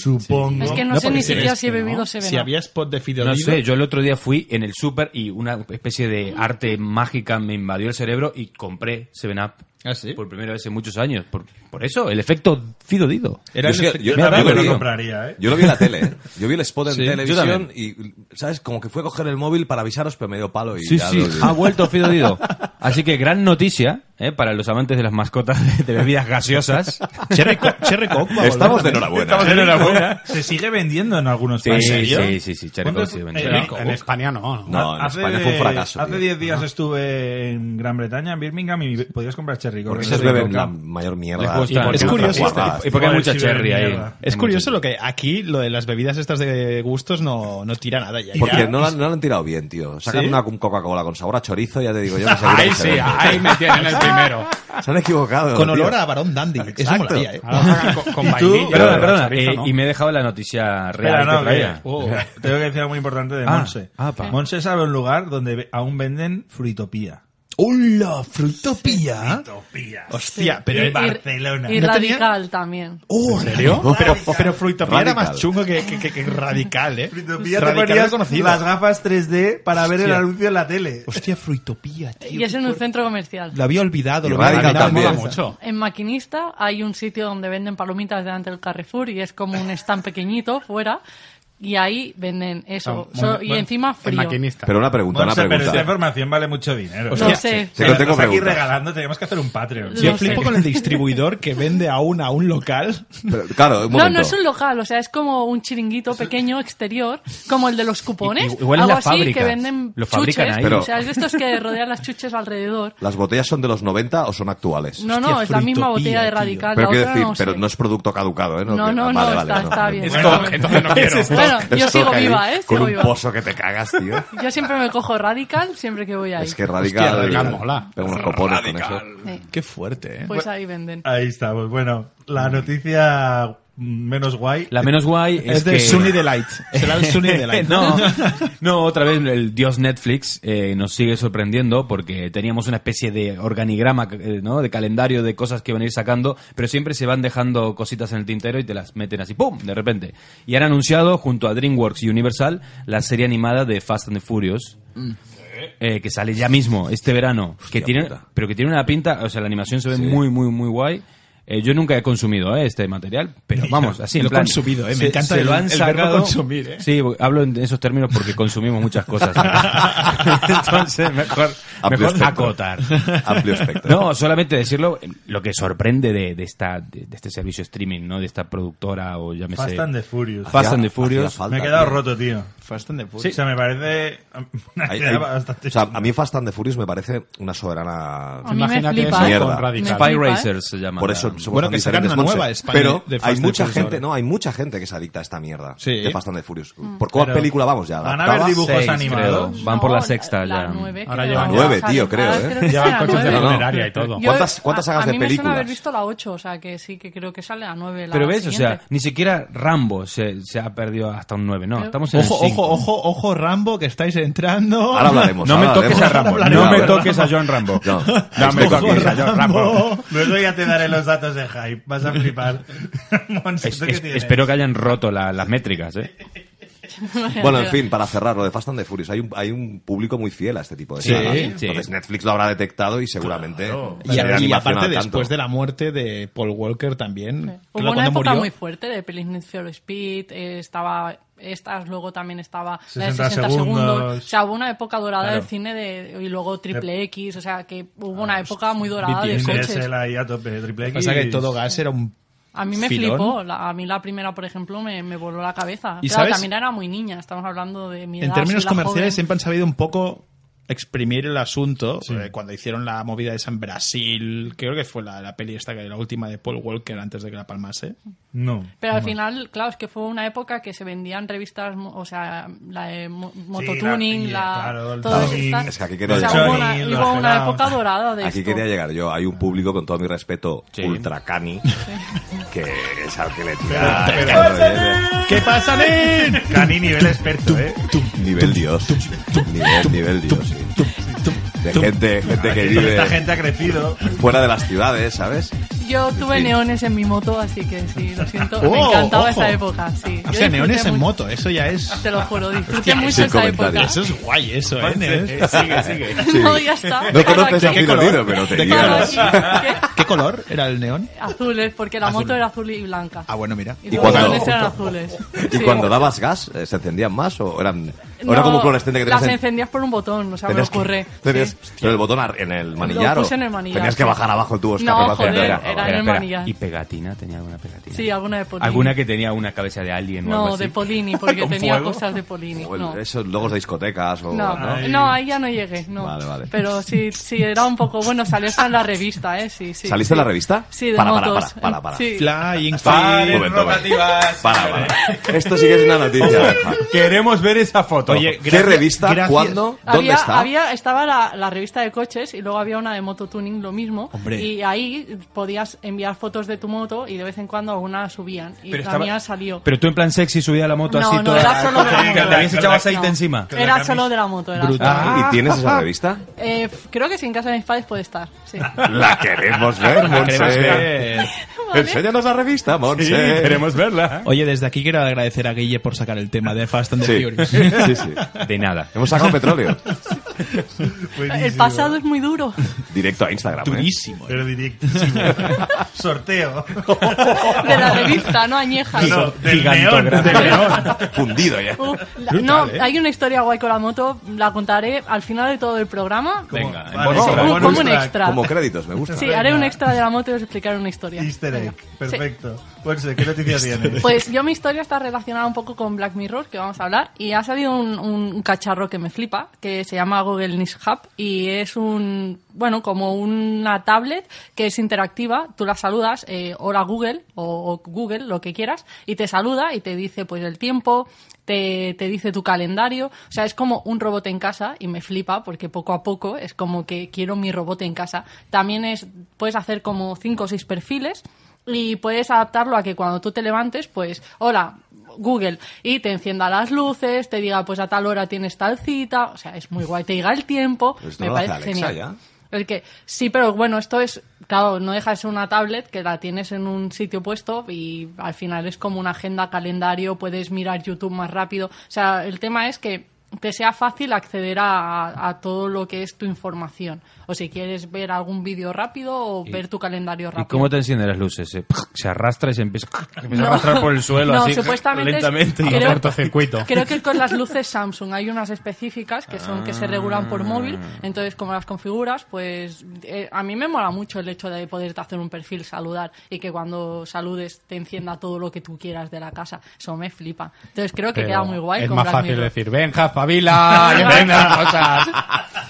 S5: Supongo.
S4: Es que no, sé
S6: porque
S4: ni
S6: si
S4: siquiera
S6: es
S4: si he
S6: que no,
S4: bebido Seven
S6: Si
S4: Up.
S6: había spot de Fido
S3: No
S6: Dido,
S3: sé, yo el otro día fui en el súper y una especie de arte mágica me invadió el cerebro y compré 7up.
S2: ¿Ah, sí?
S3: Por primera vez en muchos años. Por, por eso, el efecto Fido Dido.
S6: Era
S1: Yo es que- yo-
S5: Yo
S1: yo
S5: también
S1: lo
S5: lo
S1: vi-
S5: compraría, ¿eh?
S1: Yo lo vi en la tele, ¿eh? Yo vi el spot en
S3: Sí, yo
S1: televisión y, ¿sabes? Como que fue a coger el móvil para avisaros, pero me dio palo y
S3: Sí,
S1: ya
S3: sí,
S1: lo vi.
S3: ha vuelto Fido [LAUGHS] Dido. Así que gran noticia ¿eh? para los amantes de las mascotas de, de bebidas gaseosas.
S6: Cherry, Co- Cherry Coke va a
S1: Estamos de
S6: volver también.
S1: enhorabuena.
S5: Se sigue vendiendo en algunos
S3: [LAUGHS] Sí,
S5: países.
S3: sí, sí, sí, Cherry
S5: ¿Cuántos-
S3: Coke sí,
S5: eh,
S3: vende.
S5: Cherry
S2: Pero En España no, ¿no?
S1: No, en
S5: Hace-
S1: España fue un fracaso.
S5: Hace
S1: tío.
S5: 10 días estuve en Gran Bretaña, en Birmingham, y podías comprar cherry coke.
S1: Porque
S5: en
S1: se
S5: el
S1: beben
S5: Cherry
S1: la
S5: Coke Club.
S1: mayor
S3: Les
S1: mierda.
S3: gusta.
S1: eh, Y porque
S6: Es
S1: otras
S6: curioso este-
S1: guarradas,
S3: Y porque hay
S5: Joder,
S3: mucha
S5: sí,
S3: cherry ahí.
S5: mierda.
S6: Es curioso lo que aquí lo de las bebidas estas de gustos no, no tira nada ya.
S1: Porque
S6: Ya.
S1: no, la- no lo han tirado bien, tío. Sacan
S6: ¿Sí?
S1: una Coca-Cola con sabor a chorizo, ya te digo yo. Que se
S2: Ahí
S1: viene
S2: sí,
S1: excelente.
S2: ahí me tienen el primero.
S1: Se han equivocado.
S6: con
S1: tío.
S6: olor a varón dandy. Eso
S1: Exacto.
S6: molaría, ¿eh?
S2: Ahora lo sacan con, con vainilla.
S3: Perdona,
S2: pero
S3: perdona.
S2: chorizo,
S3: eh,
S2: ¿no?
S3: Y me he dejado la noticia real
S5: Espera,
S3: que
S5: no,
S3: traía.
S5: que-
S2: uh,
S5: Tengo que decir algo muy importante de
S3: Ah,
S5: Monse.
S3: apa.
S5: Monse sabe un lugar donde ve- aún venden fruitopía.
S6: ¡Hola! ¡Frutopía!
S5: Fruitopía.
S6: Hostia, pero...
S5: en
S6: eh,
S5: Barcelona.
S4: Y
S6: ¿No tenía?
S4: radical también.
S6: ¡Oh, ¿en serio? Pero, pero Fruitopía era
S1: Radical.
S6: más chungo que, que, que- que radical, ¿eh?
S5: Fruitopía te
S6: radical
S5: ponías
S6: reconocido.
S5: las gafas 3D para ver el
S6: Hostia.
S5: anuncio en la tele.
S6: Hostia, Fruitopía, tío.
S4: Y es
S6: qué
S4: en un
S6: fuerte.
S4: centro comercial.
S6: Lo había olvidado.
S1: Y
S6: Lo había
S1: radical
S6: olvidado,
S1: también.
S6: mola mucho.
S4: En Maquinista hay un sitio donde venden palomitas delante del Carrefour y es como un stand pequeñito fuera y ahí venden eso.
S2: Ah,
S4: So-
S2: bueno,
S4: y
S2: bueno,
S4: encima
S2: El
S4: frío.
S2: maquinista.
S1: Pero una pregunta, una
S5: Monse, pero esta
S1: pregunta.
S5: información vale mucho dinero.
S4: Lo sé.
S1: Sí, lo tengo
S5: Estás aquí
S1: preguntas.
S5: regalando, tenemos que hacer un Patreon.
S4: Sí.
S6: Yo
S4: No
S6: flipo
S4: sé.
S6: con el distribuidor que vende aún a un [LAUGHS] local.
S1: Pero, claro, un
S4: No,
S1: momento.
S4: no es un local, o sea, es como un chiringuito pequeño exterior, como el de los cupones,
S3: I- igual es
S4: algo
S3: la
S4: así
S3: fábrica.
S4: que venden
S3: Lo fabrican
S4: chuches,
S3: ahí.
S1: Pero-
S4: o sea, es de estos que rodean las
S1: [LAUGHS]
S4: chuches alrededor.
S1: ¿Las botellas son de los 90 o son actuales?
S4: No, no,
S6: Hostia,
S4: es la misma
S6: fruitopía,
S4: botella de
S6: tío.
S4: radical,
S1: Pero
S4: la
S1: quiero
S4: otra
S1: decir,
S4: no
S1: pero
S4: sé.
S1: no es producto caducado, ¿eh?
S4: No, no,
S1: que-
S4: no,
S1: vale, vale,
S4: está,
S1: no.
S4: está bien.
S2: Es como que entonces no quiero.
S4: Bueno, yo
S1: Esto
S4: sigo
S1: que hay
S4: viva, ¿eh?
S1: Con
S4: Sigo
S1: un
S4: viva.
S1: pozo que te cagas, tío.
S4: Yo siempre me cojo radical siempre que voy ahí.
S1: Es que radical.
S2: Hostia, radical mola.
S1: Pego unos copones con eso.
S4: Sí,
S6: Qué fuerte, ¿eh?
S4: Pues ahí venden.
S5: Ahí estamos. Bueno, la noticia menos guay.
S3: La menos guay es,
S6: Es de
S3: que...
S6: Sunny Delight. Será el Sunny
S3: [LAUGHS]
S6: Delight.
S3: no, no, otra vez el dios Netflix eh, nos sigue sorprendiendo porque teníamos una especie de organigrama, eh, ¿no? De calendario de cosas que van a ir sacando, pero siempre se van dejando cositas en el tintero y te las meten así, ¡pum!, de repente. Y han anunciado, junto a DreamWorks y Universal, la serie animada de Fast and the Furious.
S6: Mm.
S3: eh, que sale ya mismo, este verano. que tiene,
S1: puta.
S3: pero que tiene una pinta, o sea, la animación se ve muy, muy, muy guay. Eh, yo nunca he consumido eh, este material,
S6: [LAUGHS]
S3: pero vamos, así en
S6: lo he
S3: plan,
S6: consumido, eh, me encanta el- el verbo consumir, eh.
S3: Sí, porque hablo en esos términos porque consumimos muchas [LAUGHS] cosas. Entonces, mejor,
S1: Amplio
S3: mejor
S1: espectro.
S3: acotar.
S1: Amplio espectro.
S3: No, solamente decirlo, eh, lo que sorprende de, de esta, de, de este servicio streaming, ¿no? De esta productora o llámese...
S5: Fast and the Furious.
S3: Fast
S1: Hacía-
S3: and the Furious.
S1: hacía falta,
S5: Me he quedado
S1: tío.
S5: roto, tío.
S6: Fast and the Furious.
S5: O sea, me parece una
S1: Hay-
S5: idea
S1: hay-
S5: bastante
S1: o sea,
S5: chunga.
S1: a mí Fast and the Furious me parece una soberana...
S4: A mí me
S2: Imagínate
S4: flipa.
S2: eso
S1: Mierda.
S2: con Radical.
S4: Me
S3: Spy
S4: flipa, ¿eh?
S3: Racers se llama.
S1: Por
S3: la-
S1: eso somos
S6: Bueno,
S1: tan
S6: que sacaron
S1: diferentes,
S6: una nueva,
S1: Monse.
S6: Spy-
S1: Pero
S6: de Fast
S1: hay
S6: and
S1: mucha
S6: Furious
S1: gente,
S6: ahora.
S1: no, hay mucha gente que se adicta a esta mierda
S6: Sí.
S1: de Fast and the Furious. ¿Por cuál
S5: Pero-
S1: película vamos ya? ¿La
S5: Van a haber
S1: octava?
S5: dibujos
S3: Seis,
S5: animados.
S3: creo. Van por la sexta
S4: la
S3: ya.
S4: nueve,
S2: Ahora
S4: creo.
S2: llevan
S4: Ya
S1: nueve,
S4: vas a
S1: tío,
S4: animar,
S1: creo, ¿eh?
S4: que
S2: Llevan
S4: será
S2: coches de
S4: nueve.
S2: funeraria y todo.
S4: Yo-
S1: ¿Cuántas- cuántas sagas
S4: a,
S1: de
S4: a mí me suena
S1: películas?
S4: haber visto la 8, o sea que sí, que creo que sale la 9. La
S3: Pero ves, o sea,
S4: siguiente.
S3: ni siquiera Rambo se, se ha perdido hasta un 9, no,
S4: Pero-
S3: estamos en el
S6: Ojo,
S3: cinco.
S6: ojo, ojo, ojo, Rambo, que estáis entrando.
S1: Ahora hablaremos.
S3: No me
S1: ahora
S3: toques a
S1: hablaremos.
S3: Rambo,
S1: Ahora
S3: no me
S1: hablaremos.
S3: toques a John Rambo.
S5: [LAUGHS]
S1: No,
S3: No me
S1: estoy aquí.
S3: toques a John Rambo.
S5: Luego ya te daré los datos de hype. Vas a flipar. [LAUGHS] Monse,
S3: Es-
S5: ¿tú qué
S3: es-
S5: tienes?
S3: espero que hayan roto la- las
S5: [LAUGHS]
S3: métricas, ¿eh?
S4: [LAUGHS]
S1: Bueno, en fin, para cerrar, lo de Fast and the Furious, hay un, hay un público muy fiel a este tipo de
S6: Sí,
S1: sagas.
S3: sí.
S1: Entonces Netflix lo habrá detectado y seguramente...
S6: [LAUGHS] Y,
S1: la
S6: y
S1: animación
S6: aparte,
S1: al tanto.
S6: después de la muerte de Paul Walker también. claro,
S4: Hubo una
S6: cuando
S4: época
S6: murió,
S4: muy fuerte de Pelis Need for Speed, eh, estaba estas, luego también estaba la de
S5: 60
S4: 60 segundos.
S5: segundos.
S4: O sea, hubo una época dorada
S3: Claro.
S4: del cine de, y luego Triple X, o sea, que hubo una época muy dorada de
S5: BTS,
S4: coches.
S5: el ahí a tope, triple X.
S6: pasa que todo gas era un.
S4: A mí me
S6: filón.
S4: flipó, la- a mí la primera, por ejemplo, me, me voló la cabeza.
S6: ¿Y
S4: claro,
S6: sabes?
S4: también era muy niña, estamos hablando de mi edad.
S6: En términos
S4: soy la
S6: comerciales em-
S4: joven.
S6: siempre han sabido un poco exprimir el asunto. Eh, cuando hicieron la movida esa en Brasil, creo que fue la, la peli esta, que la última de Paul Walker antes de que la palmase.
S5: No.
S4: Pero al final, claro, es que fue una época que se vendían revistas, mo- o sea, la de mo-
S5: la
S4: Mototuning,
S5: pilla,
S4: la...
S5: claro, el
S4: todas
S5: tuning.
S4: estas-
S1: Es que aquí quería
S4: o sea,
S1: llegar.
S4: hubo una,
S5: Tuning,
S4: hubo
S5: los
S4: una
S5: helados.
S4: época dorada de
S1: Aquí
S4: esto.
S1: quería llegar yo. Hay un público, con todo mi respeto,
S3: Sí.
S1: ultra cani, que es al que le
S5: Pero-
S1: tira el
S5: pero-
S1: carro de lleno.
S6: ¿Qué pasa, Nin?
S5: Cani nivel experto, ¿eh?
S1: Nivel Dios. Nivel, nivel Dios, sí. De gente, gente que
S5: Esta
S1: vive
S5: gente ha crecido.
S1: fuera de las ciudades, ¿sabes?
S4: Yo tuve
S1: Sí.
S4: neones en mi moto, así que sí, lo siento. me
S6: Oh,
S4: encantaba
S6: ojo.
S4: esa época, sí. Yo
S6: O sea,
S4: disfruté
S6: neones en
S4: mucho-
S6: moto, eso ya es.
S4: Te lo juro, disfruté
S1: Hostia,
S4: mucho
S1: sin
S4: esa época.
S1: comentarios.
S6: Eso es guay, eso, ¿eh? neones?
S5: Sigue, sigue.
S1: Sí.
S4: No, ya está.
S1: No
S4: Para
S1: conoces
S4: que-
S1: a Filonido, pero
S6: ¿De
S1: te
S6: qué
S1: guías.
S4: Para que- ¿Qué?
S6: ¿Qué color era el neón?
S4: Azules, porque la moto era azul y blanca.
S6: Ah, bueno, mira.
S4: Y, los
S1: cuando-
S4: neones eran azules.
S1: ¿Y
S4: Sí.
S1: cuando dabas gas, eh, se encendían más o eran, o era
S4: No,
S1: como fluorescente que
S4: Las
S1: tenías en-
S4: encendías por un botón, o sea, me
S1: tenías que-
S4: ocurre.
S1: [LAUGHS] tenías- pero el botón ar- en el manillar,
S4: Lo
S1: o
S4: puse en el manillar,
S1: tenías que
S4: sí.
S1: bajar abajo el tubo
S4: No,
S1: escape para
S4: joder,
S1: encender.
S4: era en el manillar.
S3: Y pegatina, tenía alguna pegatina.
S4: Sí, alguna de Polini.
S3: Alguna que tenía una cabeza de alien o algo
S4: No,
S3: así.
S4: de Polini, porque
S3: ¿Con
S4: tenía
S3: fuego?
S4: cosas de Polini.
S1: O el-
S4: No.
S1: Esos logos de discotecas o...
S4: No,
S1: ¿no?
S4: no, ahí ya no llegué, no.
S1: Vale, vale.
S4: Pero sí, sí, era un poco bueno, salió hasta en la revista, ¿eh? Sí, sí.
S1: ¿Saliste en la revista?
S4: Sí, de
S1: para,
S4: motos.
S1: Para, para, para, para.
S4: Sí.
S6: Flying
S1: Un
S6: Free.
S1: momento, Para, para. Esto sí que es una noticia.
S3: Queremos ver esa foto.
S6: Oye,
S1: ¿Qué
S6: gracias-
S1: revista?
S6: gracias.
S1: ¿Cuándo? ¿Dónde
S4: había,
S1: está?
S4: había- estaba la, la revista de coches y luego había una de mototuning, lo mismo.
S6: Hombre.
S4: Y ahí podías enviar fotos de tu moto y de vez en cuando alguna subían. Y la mía salió.
S3: Pero tú en plan sexy subida la moto
S4: no,
S3: así
S4: no,
S3: toda.
S4: era solo de la
S3: que
S4: moto.
S3: te habías echado
S4: No,
S3: aceite encima.
S4: Era solo de la moto, era solo.
S1: ¿Y tienes esa revista?
S4: Eh, creo que si en casa de mis padres puede estar,
S1: [LAUGHS]
S4: sí.
S1: La queremos ver, Monse.
S6: Eh,
S1: Enséñanos la revista, Monse.
S3: verla.
S6: Oye, desde aquí quiero agradecer a Guille por sacar el tema de Fast and the
S1: Sí,
S6: Furious.
S1: sí, sí.
S3: De nada.
S1: Hemos sacado petróleo.
S4: El pasado es muy duro.
S1: Directo a Instagram. ¿eh?
S6: Durísimo.
S5: Pero directísimo. [LAUGHS] Sorteo.
S4: [LAUGHS] De la revista, no añeja.
S5: No, del neón.
S3: Gigantografía.
S5: Del neón.
S1: Fundido ya.
S4: Uh, la- no, hay una historia guay con la moto, la contaré al final de todo el programa.
S3: Venga,
S5: Vale,
S1: bonus
S5: sí,
S1: track.
S5: bonus
S4: Como un
S5: track.
S4: extra.
S1: Como créditos, me gusta.
S4: Sí, haré un extra de la moto y os explicaré una historia.
S5: Easter egg.
S4: Venga.
S5: Perfecto. Monse, ¿qué noticia
S4: Sí.
S5: [LAUGHS] tienes?
S4: Pues yo mi historia está relacionada un poco con Black Mirror, que vamos a hablar, y ha salido un, un cacharro que me flipa, que se llama Google Nest Hub, y es un, bueno, como una tablet que es interactiva, tú la saludas, eh, hola Google, o, o Google, lo que quieras, y te saluda y te dice pues el tiempo, te, te dice tu calendario. O sea, es como un robot en casa y me flipa porque poco a poco es como que quiero mi robot en casa. También es, puedes hacer como cinco o seis perfiles y puedes adaptarlo a que cuando tú te levantes, pues, hola, Google, y te encienda las luces, te diga, pues a tal hora tienes tal cita, o sea, es muy guay, te diga el tiempo,
S1: Pero Pues esto
S4: me
S1: no lo hace
S4: parece
S1: Alexa,
S4: genial.
S1: ya.
S4: Es que, sí, pero bueno, esto es, claro, no deja de ser una tablet que la tienes en un sitio puesto y al final es como una agenda, calendario, puedes mirar YouTube más rápido. O sea, el tema es que te sea fácil acceder a, a todo lo que es tu información. O si quieres ver algún vídeo rápido o ver tu calendario
S3: ¿Y
S4: rápido.
S3: cómo te encienden las luces? Se, se arrastra y se
S4: [LAUGHS]
S3: empieza, empieza a arrastrar por el suelo
S4: No,
S3: así,
S4: supuestamente es-
S3: lentamente.
S4: creo-
S3: Y-
S2: cortocircuito.
S4: Creo que con las luces Samsung hay unas específicas que son que se regulan por móvil, entonces como las configuras, pues eh, a mí me mola mucho el hecho de poderte hacer un perfil, saludar y que cuando saludes te encienda todo lo que tú quieras de la casa. Eso me flipa. Entonces creo que
S2: Pero
S4: queda muy guay.
S2: Es
S4: con
S2: más
S4: Black
S2: fácil
S4: Mirror.
S2: decir, venga,
S4: [LAUGHS]
S3: Ah,
S2: Fabila,
S3: [LAUGHS]
S2: que venga, cosas.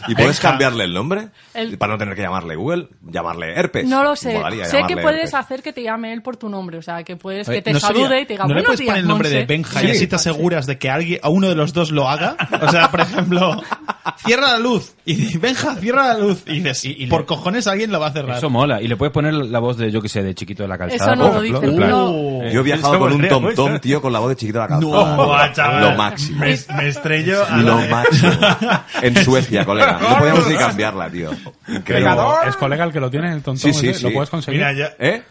S1: ¿Y puedes cambiarle el nombre?
S4: El-
S1: Para no tener que llamarle Google, llamarle herpes.
S4: No lo sé.
S1: Molaría
S4: sé que
S1: llamarle
S4: puedes
S1: herpes.
S4: hacer que te llame él por tu nombre, o sea, que puedes
S6: Oye,
S4: que te
S6: ¿no sería-
S4: salude y te diga
S6: ¿No le
S4: buenos
S6: puedes
S4: días,
S6: poner el nombre de
S4: Montse".
S6: Benja
S4: Sí.
S6: y así te aseguras de que alguien, a uno de los dos lo haga? O sea, por ejemplo, cierra la luz. Y dice, Benja, cierra la luz. Y dices,
S3: Y- y le-
S6: por cojones alguien lo va a cerrar.
S3: Eso mola. Y le puedes poner la voz de, yo que sé, de chiquito de la calzada.
S4: Eso no
S3: por
S4: lo
S3: ejemplo,
S4: dicen.
S3: en plan-
S4: no.
S6: Uh.
S1: Yo he viajado
S3: Eso
S1: con un
S3: molaría
S1: tom
S3: mucho.
S1: tom, tío, con la voz de chiquita de la calzada.
S5: [LAUGHS] Buah, chaval.
S1: Lo máximo.
S5: Me, me estrello a
S1: Lo
S5: la-
S1: máximo. En Suecia, colega. No podíamos ni cambiarla, tío. Increíble.
S2: Venga, es colega el que lo tiene, el tontón.
S1: Sí, sí,
S2: ese,
S1: sí.
S2: Lo puedes conseguir.
S5: Mira, yo,
S1: ¿Eh?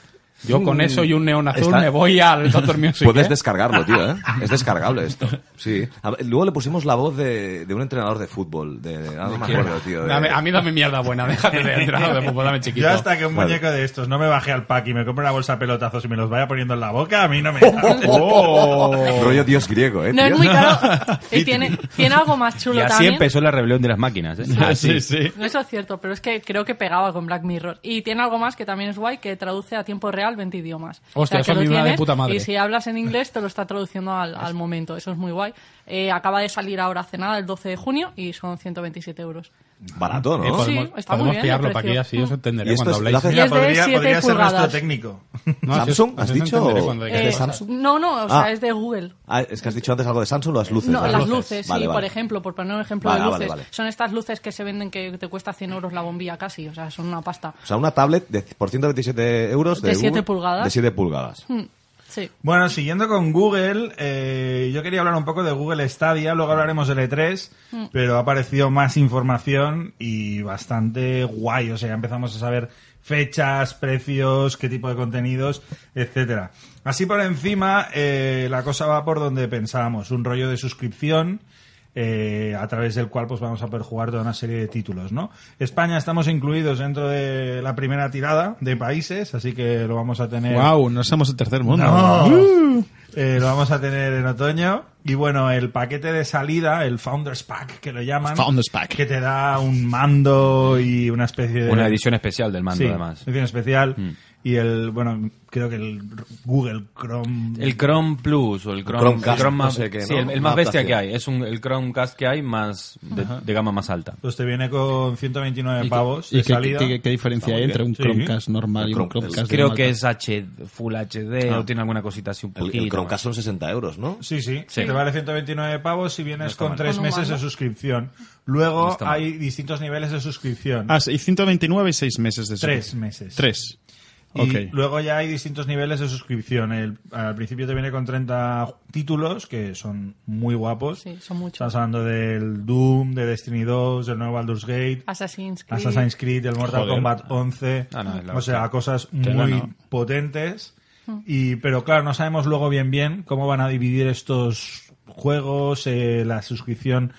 S2: Yo
S3: mm.
S2: con eso y un neón azul
S1: Está-
S2: me voy al
S3: [LAUGHS]
S2: Doctor Music.
S1: Puedes
S2: ¿eh?
S1: descargarlo, tío, ¿eh? Es descargable esto. Sí. A- Luego le pusimos la voz de, de un entrenador de fútbol. De, ah, no me acuerdo, tío. de-
S2: Dame- a mí dame mierda buena, déjate de entrar
S5: [LAUGHS]
S2: de fútbol, dame chiquito.
S5: yo hasta que un
S1: Vale.
S5: muñeco de estos no me baje al pack y me compre una bolsa de pelotazos y me los vaya poniendo en la boca, a mí
S1: [LAUGHS]
S5: no me...
S1: Rollo dios griego, ¿eh?
S4: No es
S1: tío?
S4: muy caro y tiene, tiene algo más
S3: Y
S4: chulo
S3: así
S4: también.
S3: empezó la rebelión de las máquinas. ¿eh?
S6: sí, sí.
S4: No, Eso es cierto, pero es que creo que pegaba con Black Mirror. Y tiene algo más que también es guay, que traduce a tiempo real 20 idiomas.
S2: Hostia,
S4: que
S2: eso a mí
S4: lo
S2: me va de
S4: tienes,
S2: puta madre.
S4: Y si hablas en inglés, te lo está traduciendo al, al momento. Eso es muy guay. Eh, acaba de salir ahora hace nada, el 12 de junio, y son 127 euros.
S1: Barato,
S2: Eh,
S1: ¿no?
S4: pues-
S2: podemos
S4: Sí, está muy
S2: podemos
S4: bien de
S2: pillarlo para
S4: precio.
S2: aquí, así os
S4: Mm.
S1: Ah. Y
S2: entenderé
S1: esto
S2: cuando
S1: es-
S2: habláis.
S1: lo hace-
S5: Mira,
S4: Es de
S5: podría,
S4: siete
S5: podría ser nuestro
S4: pulgadas.
S5: técnico.
S2: No, así os-
S1: ¿Samsung?
S2: así
S1: ¿Has
S2: os
S1: dicho?
S2: entenderé cuando digáis.
S1: de
S4: Eh,
S1: Samsung?
S4: No, no, o sea,
S1: Ah.
S4: es de Google.
S1: Ah, es que has dicho antes algo de Samsung, las luces.
S4: No,
S1: ¿verdad?
S4: las luces,
S1: Vale,
S4: sí,
S1: vale.
S4: por ejemplo, por poner un ejemplo
S1: Vale,
S4: de
S1: vale,
S4: luces.
S1: vale.
S4: Son estas luces que se venden que te cuesta 100 euros la bombilla casi, o sea, son una pasta.
S1: O sea, una tablet de, por 127 euros de,
S4: De siete
S1: Google,
S4: pulgadas.
S1: De 7 pulgadas.
S4: Mm, Sí.
S5: Bueno, siguiendo con Google, eh, yo quería hablar un poco de Google Stadia, luego hablaremos del E3, pero ha aparecido más información y bastante guay, o sea, ya empezamos a saber fechas, precios, qué tipo de contenidos, etcétera. Así por encima, eh, la cosa va por donde pensábamos, un rollo de suscripción eh, a través del cual pues vamos a poder jugar toda una serie de títulos, ¿no? España estamos incluidos dentro de la primera tirada de países, así que lo vamos a tener
S6: Wow, no somos el tercer mundo. Uh.
S5: no. Eh, lo vamos a tener en otoño. Y bueno, el paquete de salida, el Founders Pack, que lo llaman.
S6: Founders Pack.
S5: Que te da un mando y una especie de...
S3: Una edición especial del mando,
S5: Sí,
S3: además.
S5: edición especial. Y el, bueno, creo que el Google Chrome...
S3: El Chrome Plus o el Chrome,
S1: Chromecast,
S3: el Chrome
S1: no
S3: más,
S1: sé qué,
S3: sí,
S1: ¿no?
S3: el, el más
S1: Una
S3: bestia
S1: aplicación.
S3: que hay. Es un, el Chromecast que hay más de, de gama más alta.
S5: Pues te viene con 129
S7: ¿Y
S5: pavos
S7: qué-
S5: de
S7: y qué-
S5: salida.
S7: qué, qué- qué diferencia hay entre un
S5: Sí.
S7: Chromecast normal y
S1: El
S7: un
S1: Chrome- el-
S7: Chromecast de
S3: Creo
S7: marca?
S3: que es H, Full HD
S5: Ah.
S3: o tiene alguna cosita así un
S1: El,
S3: poquito.
S1: el
S3: más.
S1: Chromecast son 60 euros, ¿no?
S5: Sí, sí,
S3: Sí.
S5: Te vale 129 pavos si vienes con tres
S4: Con un
S5: meses de
S4: mando.
S5: suscripción.
S3: No
S5: Luego
S3: está mal.
S5: hay distintos niveles de suscripción.
S6: Ah, sí, y 129 y 6 meses de
S5: Tres
S6: suscripción.
S5: meses.
S6: Tres.
S5: Y
S6: Ok.
S5: luego ya hay distintos niveles de suscripción. El- al principio te viene con 30 ju- títulos que son muy guapos.
S4: Sí, son muchos.
S5: Estás hablando del Doom, de Destiny 2, del nuevo Baldur's Gate,
S4: Assassin's Creed.
S5: Assassin's Creed, el Mortal Kombat 11.
S3: Ah, no, es la
S5: o sea,
S3: hostia.
S5: cosas
S6: Que
S5: muy
S6: no, no.
S5: potentes. Y, pero claro, no sabemos luego bien bien cómo van a dividir estos juegos, eh, la suscripción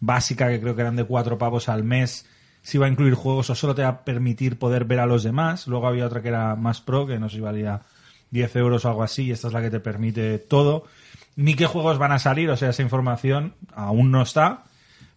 S5: básica que creo que eran de cuatro pavos al mes, si va a incluir juegos o solo te va a permitir poder ver a los demás. Luego había otra que era más pro, que no sé si valía 10 euros o algo así, y esta es la que te permite todo. Ni qué juegos van a salir, o sea, esa información aún no está.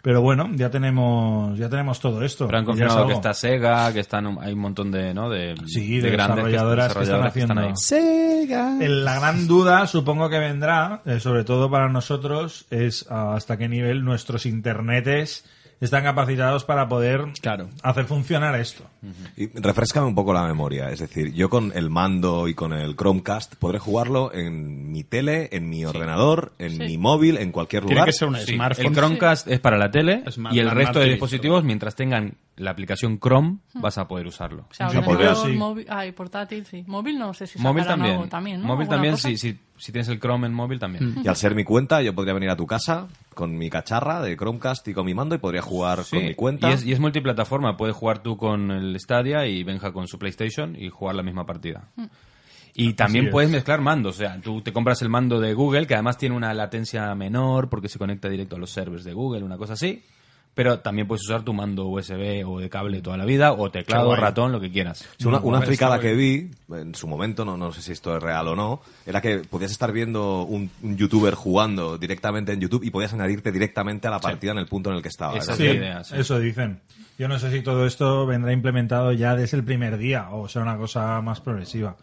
S5: Pero bueno, ya tenemos, ya tenemos todo esto.
S3: Pero
S5: Ya
S3: han
S5: es
S3: confirmado que
S5: algo.
S3: está Sega, que están un- hay un montón de, ¿no? de,
S5: Sí, de
S3: grandes
S5: desarrolladoras que están
S3: desarrolladoras que están
S5: haciendo.
S3: ahí.
S5: El- La gran duda, supongo que vendrá, eh, sobre todo para nosotros, es ah, hasta qué nivel nuestros internetes están capacitados para poder
S6: Claro.
S5: hacer funcionar esto.
S1: Y refrescame un poco la memoria. Es decir, yo con el mando y con el Chromecast podré jugarlo en mi tele, en mi ordenador, en mi móvil, en cualquier
S6: Tiene
S1: lugar.
S6: que ser un
S3: Sí,
S6: smartphone.
S3: El Chromecast es para la tele
S6: Smart-
S3: y el
S6: smart
S3: resto de
S6: TV,
S3: dispositivos, mientras tengan la aplicación Chrome, vas a poder usarlo.
S4: Hmm. O sea,
S5: Yo
S4: ordenador,
S5: podría, sí.
S4: móvil, ay, portátil, sí. Móvil no sé si
S3: móvil
S4: sacarán
S3: también.
S4: algo también, ¿no?
S3: Móvil
S4: ¿Alguna
S3: también,
S4: cosa?
S3: si, si, si tienes el Chrome en móvil también.
S1: Y al ser mi cuenta, yo podría venir a tu casa con mi cacharra de Chromecast y con mi mando y podría jugar
S3: Sí,
S1: con mi cuenta.
S3: Y es, y es multiplataforma. Puedes jugar tú con el Stadia y Benja con su PlayStation y jugar la misma partida. Y también
S5: es.
S3: puedes mezclar mandos. O sea, tú te compras el mando de Google, que además tiene una latencia menor porque se conecta directo a los servers de Google, una cosa así. Pero también puedes usar tu mando USB o de cable toda la vida, o
S6: Qué
S3: teclado,
S6: guay.
S3: ratón, lo que quieras.
S1: Sí, una, una fricada que vi en su momento, no, no sé si esto es real o no, era que podías estar viendo un, un youtuber jugando directamente en YouTube y podías añadirte directamente a la partida en el punto en el que estaba.
S3: Esa
S1: Era-
S3: es la idea, sí.
S5: Eso dicen. Yo no sé si todo esto vendrá implementado ya desde el primer día o sea una cosa más progresiva.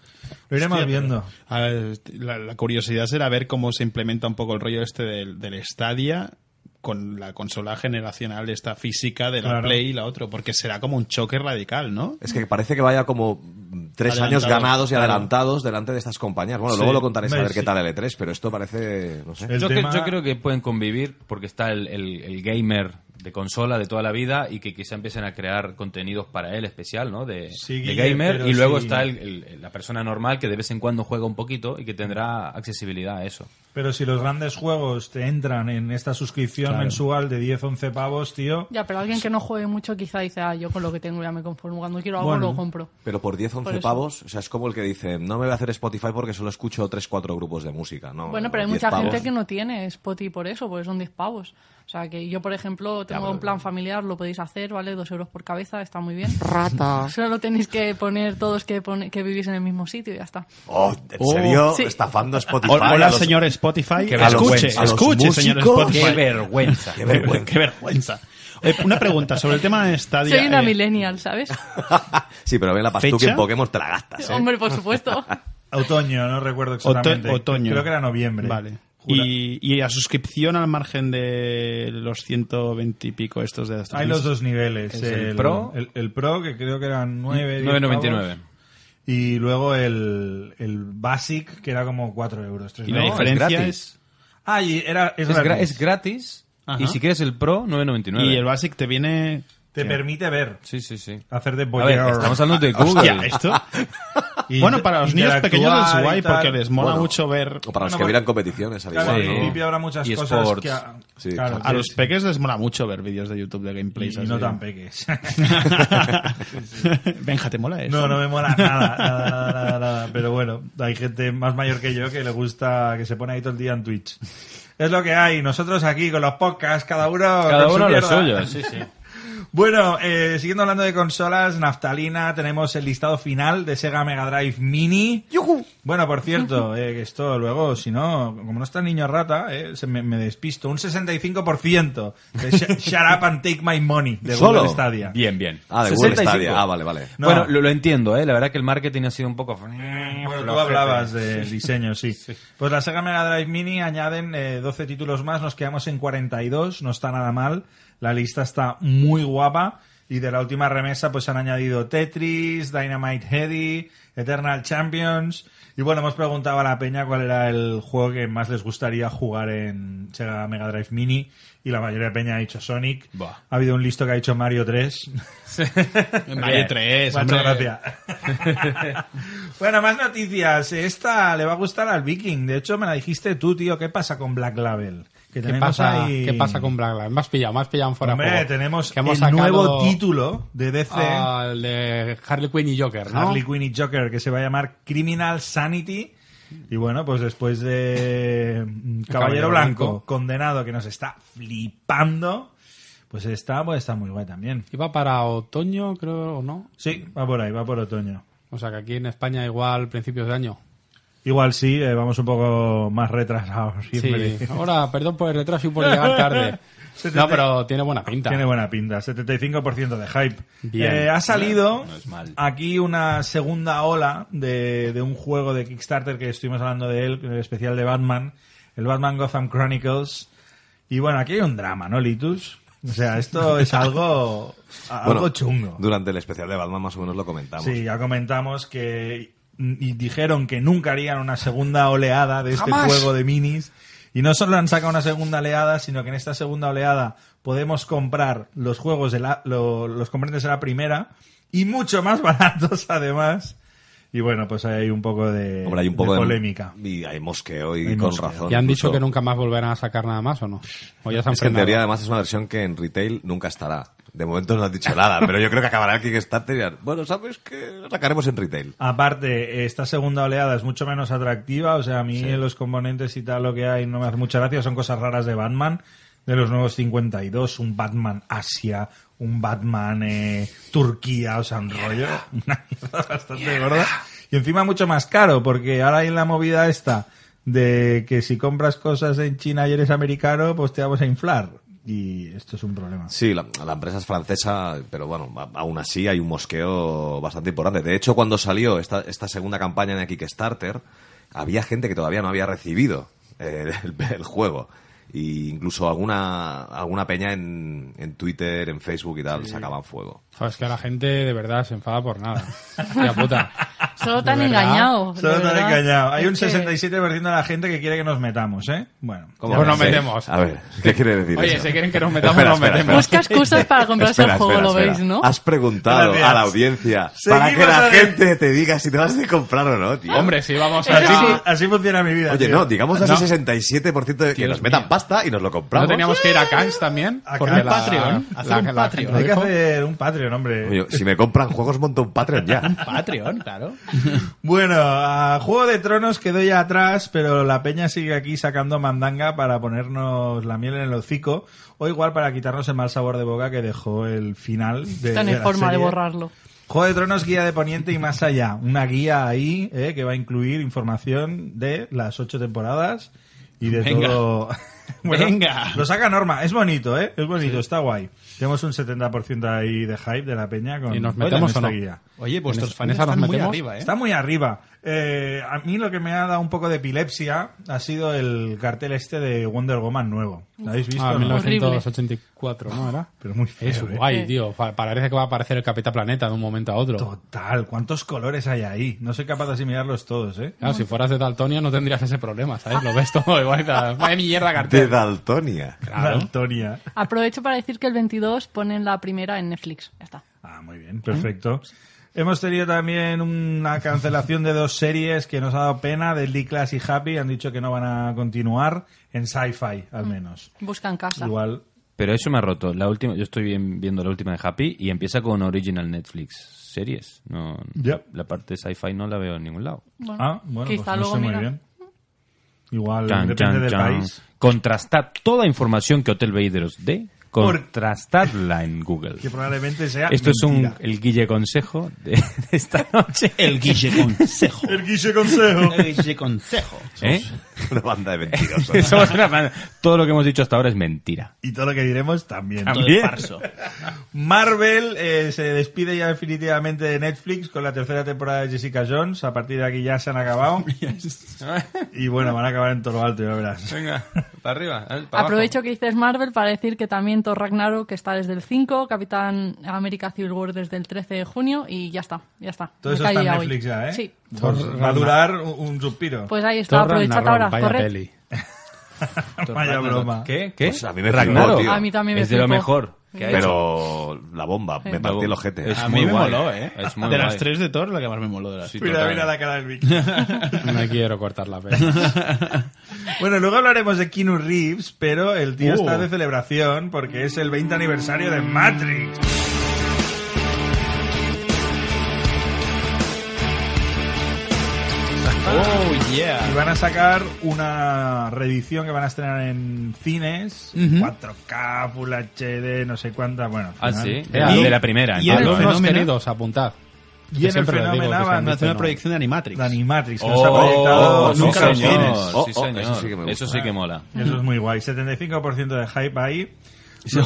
S5: Lo iremos
S6: Hostia, pero,
S5: viendo.
S6: a ver, La, la curiosidad será ver cómo se implementa un poco el rollo este del, del Stadia con la consola generacional esta física de la
S5: Claro.
S6: Play y la otra, porque será como un choque radical, ¿no?
S1: Es que parece que vaya como mm, tres
S6: Adelantados,
S1: años ganados y
S6: claro.
S1: adelantados delante de estas compañías. Bueno,
S6: Sí.
S1: luego lo contaréis a
S5: Hombre,
S1: ver qué
S5: sí.
S1: tal el E3, pero esto parece, no sé.
S5: El
S3: yo, que-
S5: tema-
S3: yo creo que pueden convivir porque está el, el- el gamer de consola de toda la vida y que quizá empiecen a crear contenidos para él especial, ¿no? De,
S5: Sí,
S3: de
S5: Guille,
S3: gamer.
S5: pero
S3: Y luego
S5: sí.
S3: está el- el- la persona normal que de vez en cuando juega un poquito y que tendrá accesibilidad a eso.
S5: Pero si los grandes juegos te entran en esta suscripción mensual de 10, 11 pavos, tío.
S4: Ya, pero alguien que no juegue mucho quizá dice, ah, yo con lo que tengo ya me conformo. Cuando quiero algo
S5: Bueno.
S4: lo compro.
S1: Pero por 10, 11
S4: eso.
S1: pavos, o sea, es como el que dice, no me voy a hacer Spotify porque solo escucho 3, 4 grupos de música, ¿no?
S4: Bueno, pero hay
S1: 10
S4: mucha
S1: pavos.
S4: gente que no tiene Spotify por eso, porque son 10 pavos. O sea, que yo, por ejemplo, tengo un plan familiar, lo podéis hacer, ¿vale? Dos euros por cabeza, está muy
S3: [LAUGHS]
S4: bien. Rata. Solo tenéis que poner todos que, pone- que vivís en el mismo sitio y ya está.
S1: Oh, ¿en serio?
S4: Sí.
S1: Estafando a Spotify.
S6: Hola,
S1: a los-
S6: señor Spotify.
S3: Qué
S6: escuche,
S3: vergüenza.
S1: A los
S6: escuche, señor
S1: músicos.
S6: Spotify.
S3: ¡Qué vergüenza!
S1: Qué vergüenza.
S6: Qué vergüenza. Eh, una pregunta sobre el tema de Stadia.
S4: Soy una
S6: eh,
S3: [LAUGHS]
S4: millennial, ¿sabes?
S1: sí, pero ven la pastuca
S6: ¿Fecha?
S1: en Pokémon te la gastas. ¿eh?
S4: Hombre, por
S3: [LAUGHS]
S4: supuesto.
S5: Otoño, no recuerdo
S6: Oto-
S5: exactamente.
S6: otoño.
S5: Creo que era noviembre.
S6: Vale.
S5: Jura.
S6: Y, y la suscripción al margen de los 120 y pico estos de
S5: Hay los dos niveles.
S3: Es el Pro.
S5: El, el Pro, que creo que eran 9,
S3: 9.99.
S5: Y luego el, el Basic, que era como 4 euros. tres
S6: Y la
S5: euros.
S3: No, es
S6: diferencia
S3: gratis.
S6: es...
S5: Ah, y era, es
S3: Es, gra-
S5: gratis.
S3: es gratis
S6: Ajá.
S3: y si quieres el Pro, 9.99.
S6: Y el Basic te viene...
S5: Te permite ver,
S3: Sí, sí, sí.
S5: hacer de
S3: A ver,
S5: boyer.
S3: estamos hablando de Google.
S6: Hostia, ¿esto?
S5: Y-
S6: bueno, para los niños pequeños es
S5: interactuar y
S6: guay
S5: tal.
S6: porque les mola
S1: Bueno,
S6: mucho ver...
S1: O para los
S5: Bueno,
S1: que
S5: pues-
S1: vieran competiciones, al
S5: Claro,
S1: igual,
S5: al
S3: Sí.
S1: ¿no?
S5: principio habrá muchas
S3: Y
S5: cosas
S3: sports.
S5: que... a-
S1: Sí,
S5: claro,
S6: A los peques les mola mucho ver vídeos de YouTube de gameplays.
S5: y
S6: así.
S5: no tan peques. [LAUGHS]
S6: [LAUGHS] Benja, ¿te mola eso?
S5: No, no me mola nada, nada, nada, nada, nada. Pero bueno, hay gente más mayor que yo que le gusta, que se pone ahí todo el día en Twitch. Es lo que hay. Nosotros aquí con los podcasts, cada uno.
S3: Cada
S5: con su
S3: uno lo
S5: mierda.
S3: suyo. Sí, sí.
S5: [LAUGHS] Bueno, eh, siguiendo hablando de consolas, naftalina, tenemos el listado final de Sega Mega Drive Mini. Bueno, por cierto, eh, que esto luego, si no, como no está el niño rata, eh, se me, me despisto. Un 65% de Sh- Shut Up and Take My Money de
S1: ¿Solo?
S5: Google Stadia.
S3: Bien, bien.
S1: Ah, de Google
S3: 65.
S1: Stadia. Ah, vale, vale.
S5: No.
S3: Bueno, lo, lo entiendo, ¿eh? La verdad que el marketing ha sido un poco...
S5: Bueno, tú hablabas del diseño, sí. Pues la Sega Mega Drive Mini añaden eh, 12 títulos más, nos quedamos en 42, no está nada mal, la lista está muy guapa y de la última remesa pues han añadido Tetris, Dynamite Heady, Eternal Champions y bueno, hemos preguntado a la peña cuál era el juego que más les gustaría jugar en Sega Mega Drive Mini y la mayoría de peña ha dicho Sonic.
S3: Buah.
S5: Ha habido un listo que ha dicho Mario 3. [LAUGHS]
S6: Mario 3,
S5: Muchas
S6: hombre.
S5: gracias. bueno, más noticias. Esta le va a gustar al Viking. De hecho, me la dijiste tú, tío. ¿Qué pasa con Black Label? Que
S2: ¿Qué pasa, ¿Qué pasa con Black Lives? Me has pillado, me has pillado en fuera de
S5: Hombre,
S2: juego.
S5: tenemos
S2: Que hemos
S5: el nuevo
S2: sacado
S5: título de DC.
S2: al de Harley Quinn y Joker, ¿no?
S5: este. Harley Quinn y Joker, que se va a llamar Criminal Sanity. Y bueno, pues después de mm, Caballero
S2: Caballero
S5: Blanco,
S2: Blanco.
S5: condenado, que nos está flipando, pues está, pues está muy guay también.
S2: Iba para otoño, creo, o no.
S5: Sí, va por ahí, va por otoño.
S2: O sea que aquí en España igual principios de año.
S5: Igual sí, eh, vamos un poco más retrasados. siempre.
S2: Sí. Ahora, perdón por el retraso y por
S5: [LAUGHS]
S2: llegar tarde.
S5: Se te-
S2: No, pero tiene buena pinta.
S5: Tiene buena pinta, 75% de hype.
S2: Bien.
S5: Eh, ha salido
S3: No es mal.
S5: aquí una segunda ola de, de un juego de Kickstarter que estuvimos hablando de él, en el especial de Batman, el Batman Gotham Chronicles. Y bueno, aquí hay un drama, ¿no, Litus? O sea, esto
S3: [LAUGHS]
S5: es algo, a- algo
S1: Bueno,
S5: chungo.
S1: Durante el especial de Batman más o menos lo comentamos.
S5: Sí, ya comentamos que y dijeron que nunca harían una segunda oleada de este juego de minis. Y no solo han sacado una segunda oleada, sino que en esta segunda oleada podemos comprar los juegos de la, lo- los componentes de la primera y mucho más [LAUGHS] baratos además. Y bueno, pues ahí hay un poco de,
S1: Hombre, hay un
S5: de
S1: poco de,
S5: polémica.
S1: Y hay mosqueo y
S5: Hay
S1: con
S5: mosqueo.
S1: razón.
S2: ¿Y han dicho
S1: incluso.
S2: que nunca más volverán a sacar nada más o no? O ya se han
S1: Es que en
S2: frenado.
S1: teoría además es una versión que en retail nunca estará. De momento no han dicho nada, pero yo creo que acabará el Kickstarter y dirán, bueno, ¿sabes que Lo sacaremos en retail.
S5: Aparte, esta segunda oleada es mucho menos atractiva. O sea, a mí los componentes y tal, lo que hay, no me hace mucha gracia. Son cosas raras de Batman, de los nuevos 52, un Batman Asia, un Batman eh, Turquía, o sea, un rollo. [LAUGHS] Una mierda bastante gorda. Y encima mucho más caro, porque ahora hay la movida esta de que si compras cosas en China y eres americano, pues te vamos a inflar. Y esto es un problema.
S1: Sí, la, la empresa es francesa, pero bueno, a- aún así hay un mosqueo bastante importante. De hecho, cuando salió esta, esta segunda campaña en el Kickstarter, había gente que todavía no había recibido eh, [LAUGHS] el, el juego. Y incluso alguna, alguna peña en, en Twitter, en Facebook y tal, sacaban fuego.
S2: Joder, es que la gente de verdad se enfada por
S5: [LAUGHS]
S2: nada. Hostia puta.
S4: Solo
S2: De
S4: te han
S2: verdad.
S4: engañado. de
S5: Solo te han
S4: verdad.
S5: engañado. Hay
S4: Es
S5: un
S4: que-
S5: 67% de la gente que quiere que nos metamos, ¿eh? Bueno.
S1: ¿Cómo
S2: Pues
S1: que
S2: nos
S1: sí?
S2: metemos.
S1: A ver, ¿qué quiere decir
S2: Oye,
S1: eso?
S2: si quieren que nos metamos,
S1: Espera,
S2: nos
S1: espera,
S2: metemos.
S1: espera.
S4: Busca excusas para comprarse el
S1: Espera,
S4: juego,
S1: espera,
S4: lo
S1: espera.
S4: veis, ¿no?
S1: Has preguntado
S5: Gracias.
S1: a la audiencia para
S5: Seguimos
S1: que la
S5: adelante.
S1: gente te diga si te vas a comprar o no, tío.
S2: Hombre, sí, vamos a...
S5: Así, así funciona mi vida.
S1: Oye,
S5: tío.
S1: no, digamos así
S2: No.
S1: 67% de que
S2: Dios
S1: nos metan
S2: mío.
S1: pasta y nos lo compramos.
S2: ¿No teníamos que ir a Cannes también?
S5: A
S2: Porque
S5: Cannes.
S2: la-
S6: Patreon.
S2: la-
S6: Hacer un
S2: la-
S6: Patreon.
S2: la-
S5: Hay que
S2: dijo.
S5: hacer un Patreon, hombre.
S1: Coño, si me compran juegos, monto un Patreon ya.
S6: Patreon, claro.
S5: Bueno, a Juego de Tronos quedó ya atrás, pero la peña sigue aquí sacando mandanga para ponernos la miel en el hocico, o igual para quitarnos el mal sabor de boca que dejó el final de,
S4: Está en
S5: de Eh, la
S4: forma de
S5: serie.
S4: borrarlo.
S5: Juego de Tronos, guía de Poniente y más allá. Una guía ahí eh, que va a incluir información de las ocho temporadas y de
S6: Venga.
S2: [LAUGHS]
S5: todo.
S6: Venga.
S5: Lo saca Norma. Es bonito, ¿eh? Es bonito, está guay. Tenemos un 70% ahí de hype de la peña con
S2: ¿Y nos metemos
S5: con
S2: o no?
S5: esta guía.
S6: Oye, vuestros
S2: En
S6: fans
S2: esa nos
S6: están muy
S2: metemos.
S6: arriba,
S5: [LAUGHS]
S6: ¿eh?
S5: Está muy arriba. Eh, a mí lo que me ha dado un poco de epilepsia ha sido el cartel este de Wonder Woman nuevo. ¿Lo habéis visto?
S2: Ah,
S5: no?
S2: 1984, ¿no era?
S5: Pero muy feo,
S2: Es
S5: ¿eh?
S2: guay, tío. Pa- Parece que va a aparecer el Capitán Planeta de un momento a otro.
S5: Total, ¿cuántos colores hay ahí? No soy capaz de asimilarlos todos, ¿eh?
S2: Claro, si fueras de Daltonia no tendrías ese problema, ¿sabes? Lo ves todo igual. y dices, Vaya mierda
S1: De
S2: cartel.
S1: Daltonia.
S2: Claro.
S5: Daltonia.
S4: Aprovecho para decir que el 22 ponen la primera en Netflix. Ya está.
S5: Ah, muy
S3: ¿Eh?
S5: bien, perfecto. Hemos tenido también una cancelación de dos series que nos ha dado pena, del D-Class y Happy. Han dicho que no van a continuar en sci-fi, al
S4: Mm.
S5: menos.
S4: Buscan casa.
S5: Igual.
S3: Pero eso me ha roto. La última, yo estoy bien- viendo la última de Happy y empieza con Original Netflix Series. No,
S5: Ya.
S3: La parte sci-fi no la veo en ningún lado.
S4: Bueno,
S5: Ah, bueno,
S4: quizá
S5: pues no
S4: luego
S5: sé muy
S4: mira.
S5: bien. Igual,
S3: Chan,
S5: depende
S3: chan,
S5: del
S3: chan.
S5: país.
S3: Contrastad toda información que Hotel Vader os dé,
S5: Por-
S3: contrastadla en Google.
S5: Que probablemente sea.
S3: Esto es un,
S5: mentira.
S3: el guille consejo de, de esta noche.
S6: El Guille Consejo.
S5: El Guille Consejo.
S6: El Guille Consejo.
S3: ¿Eh?
S1: Una banda
S3: [LAUGHS]
S1: de mentirosos.
S3: Somos una fan- Todo lo que hemos dicho hasta ahora es mentira.
S5: Y todo lo que diremos también.
S6: Todo
S3: Bien.
S6: es farso.
S5: Marvel eh, se despide ya definitivamente de Netflix con la tercera temporada de Jessica Jones. A partir de aquí ya se han acabado. Y bueno, van a acabar en todo lo alto, ya verás.
S3: Venga, para arriba.
S4: Aprovecho que dices Marvel para decir que también Thor Ragnarok que está desde el 5, Capitán América Civil War desde el 13 de junio y ya está, ya está.
S5: Todo
S4: Me
S5: eso
S4: callo
S5: está en
S4: hoy.
S5: Netflix ya, ¿eh?
S4: Sí.
S5: Por- va a durar un, un suspiro.
S4: Pues ahí está,
S2: Torran
S4: aprovechad
S2: Narrón,
S4: ahora,
S2: vaya
S4: corre.
S2: peli.
S5: [LAUGHS] Vaya broma.
S3: [LAUGHS] ¿Qué? ¿Qué?
S1: Pues a mí me
S3: Ragnarok.
S1: flipó, tío.
S4: A mí también me
S3: Es de lo
S4: flipó.
S3: mejor que ha hecho.
S1: Pero la bomba, me partí Ah, el ojete.
S3: Es
S6: A
S3: muy
S6: mí me
S3: guay.
S6: moló, ¿eh?
S3: Es muy
S6: de las
S3: guay.
S6: tres de Thor, la que más me moló de las
S3: Sí,
S6: tres.
S5: Mira,
S3: total.
S5: mira la cara del Vicky.
S2: No quiero cortar la pena.
S5: bueno, luego hablaremos de Keanu Reeves, pero el día
S2: Uh.
S5: está de celebración porque es el 20 aniversario de Matrix.
S6: Oh, yeah.
S5: Y van a sacar una reedición que van a estrenar en cines, 4K, Full HD, no sé cuánta, bueno. al
S3: Ah,
S5: final.
S3: sí.
S2: Eh,
S3: El
S2: y-
S3: de la primera.
S6: y el
S3: entiendo, ¿eh?
S2: Alumnos
S6: fenómeno.
S2: queridos, apuntad.
S5: Y
S2: Que
S5: en el
S2: siempre les digo que
S5: fenómeno
S2: se han
S6: Van a
S5: avanza
S2: visto,
S6: hacer una
S2: no.
S6: proyección de Animatrix. [LAUGHS]
S5: de Animatrix, que
S3: Oh,
S5: nos ha proyectado
S3: oh,
S5: nunca
S3: sí,
S5: los
S3: señor.
S5: cines.
S1: Oh,
S3: Sí,
S1: oh,
S3: señor.
S1: eso sí que me gusta.
S3: Eso sí que mola.
S5: Eso es muy guay, 75% de hype ahí.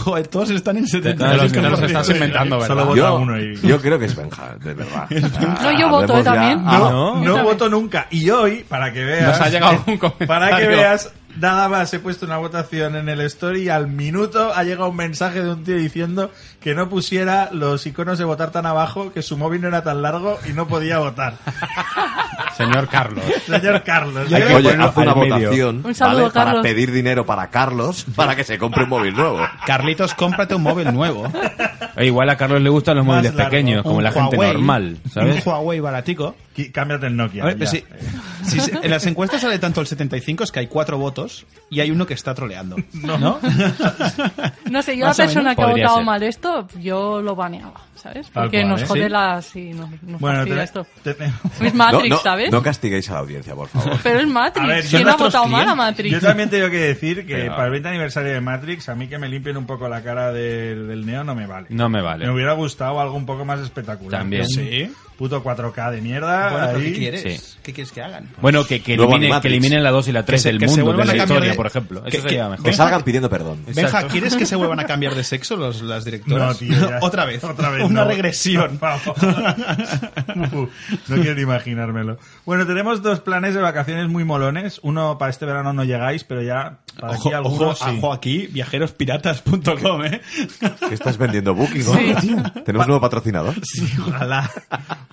S6: Joder, Todos están en 70.
S3: Te
S2: Te
S3: los-
S2: los, te los estás inventando, ¿verdad?
S5: Solo vota
S1: Yo,
S5: uno y...
S1: yo creo que es Benja, de verdad.
S4: No, yo voto,
S1: Hablemos ya-
S4: ¿eh, también?
S1: Ah,
S5: No,
S4: Yo
S5: no
S4: también.
S5: voto nunca. Y hoy, para que veas...
S2: Nos ha llegado un comentario.
S5: Para que veas Nada más, he puesto una votación en el story y al minuto ha llegado un mensaje de un tío diciendo que no pusiera los iconos de votar tan abajo, que su móvil no era tan largo y no podía votar.
S2: Señor Carlos.
S5: Señor Carlos.
S1: Hay que
S5: yo-
S3: Oye,
S1: poner-
S3: haz
S1: hacer una
S3: al medio.
S1: votación
S4: Un saludo,
S1: ¿vale? para
S4: Carlos.
S1: pedir dinero para Carlos para que se compre un móvil nuevo.
S6: Carlitos, cómprate un móvil nuevo.
S3: E igual a Carlos le gustan los
S5: Más
S3: móviles
S5: largo.
S3: pequeños, [LAUGHS] como
S6: Un
S3: la gente
S6: Huawei,
S3: normal, ¿sabes?
S6: Un Huawei baratico. pues
S5: Qui- Cámbiate el Nokia.
S6: A ver, pero
S5: ya.
S6: si, si se- en las encuestas sale tanto el 75, es que hay cuatro votos y hay uno que está troleando. ¿No?
S4: No sé, yo la
S6: Más o
S4: persona
S6: menos.
S4: que ha
S3: Podría
S4: votado
S3: ser.
S4: mal esto, yo lo baneaba, ¿sabes?
S5: Tal
S4: Porque
S5: cual,
S4: nos
S5: ¿eh?
S4: jode
S5: Sí.
S4: las... y nos, nos
S5: Bueno,
S4: fastidia
S5: te-
S4: esto.
S5: te-
S4: Es
S1: No,
S4: Pues Matrix,
S1: no,
S4: ¿sabes?
S1: no castiguéis a la audiencia, por favor.
S4: Pero es
S5: A
S4: Matrix.
S5: ver,
S4: ¿Quién
S5: yo-
S4: ha votado mal a
S5: Yo
S4: Matrix?
S5: también tengo que decir que
S1: Pero-
S5: para el 20 aniversario de Matrix, a mí que me limpien un poco la cara del, del Neo no me vale.
S3: No me vale.
S5: Me hubiera gustado algo un poco más espectacular.
S3: También.
S5: Un
S3: Sí.
S5: Puto 4K de mierda.
S6: [LAUGHS] Bueno, pero
S5: ahí.
S6: ¿qué quieres?
S3: sí.
S6: ¿Qué quieres que hagan?
S3: Bueno, que, que,
S1: Luego
S3: eliminen,
S1: Animatrix.
S3: que eliminen la 2 y la 3
S6: se-
S3: del
S6: que se
S3: mundo, de
S6: vuelvan
S3: la
S6: a cambiar
S3: historia,
S6: de-
S3: por ejemplo.
S6: que-
S3: Eso sería
S6: que-
S3: mejor.
S1: Que salgan pidiendo perdón.
S6: Benja, ¿quieres que se vuelvan a cambiar de sexo los, las
S5: No,
S6: directoras?
S5: tío, ya.
S6: [LAUGHS] Otra
S5: [LAUGHS]
S6: vez.
S5: Otra vez.
S6: Una
S5: no.
S6: regresión.
S5: [LAUGHS] Por favor.
S6: [LAUGHS]
S5: Uh, [LAUGHS] no quiero ni imaginármelo. Bueno, tenemos dos planes de vacaciones muy molones. Uno para este verano no llegáis, pero ya para aquí
S6: Ojo, ojo,
S5: algunos sí.
S6: ojo aquí, viajerospiratas.com, ¿eh?
S1: ¿Qué estás vendiendo Booking? ¿no? Tenemos nuevo patrocinador.
S5: Sí, ojalá.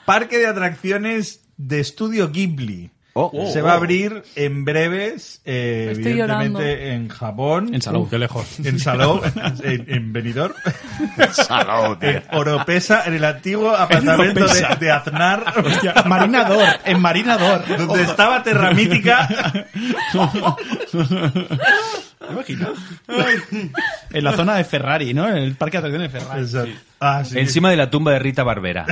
S5: Parque de atracciones de estudio Ghibli.
S1: Oh, oh,
S5: Se va a abrir en breves, eh,
S4: Estoy
S5: evidentemente
S4: llorando.
S5: en Japón, [LAUGHS] en,
S2: Salud. Qué lejos.
S5: Salou, en, en Benidorm, [LAUGHS]
S1: Salud, tío.
S5: en Oropesa, en el antiguo apartamento de,
S6: Oropesa.
S5: de Aznar,
S6: Hostia, marinador, en marinador.
S5: donde estaba Terra Mítica.
S6: En la zona de Ferrari, ¿no? En el parque de atracciones de Ferrari.
S5: Eso. Ah, sí.
S3: Encima de la tumba de Rita
S6: [LAUGHS]
S3: Barbera.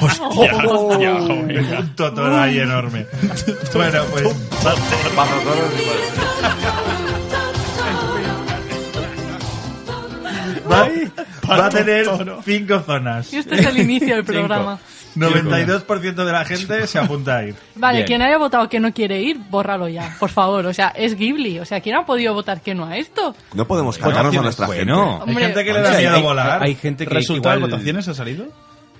S6: Pues
S5: un totoro ahí
S6: [LAUGHS]
S5: enorme. bueno, pues...
S1: Vamos, todos, igual.
S5: Va, va a tener cinco zonas.
S4: Y este es el inicio del programa.
S5: 92% de la gente se apunta a ir.
S4: Vale,
S3: Bien.
S4: quien haya votado que no quiere ir, bórralo ya, por favor. O sea, es Ghibli. O sea, ¿quién ha podido votar que no a esto?
S1: No podemos cargarnos a nuestra
S3: Bueno,
S1: gente.
S4: Hombre,
S5: hay gente que le
S3: Hombre,
S5: da
S3: hay-
S5: miedo
S3: hay-
S5: volar.
S3: hay gente que
S6: ¿Resultado de
S3: igual-
S6: votaciones ha salido?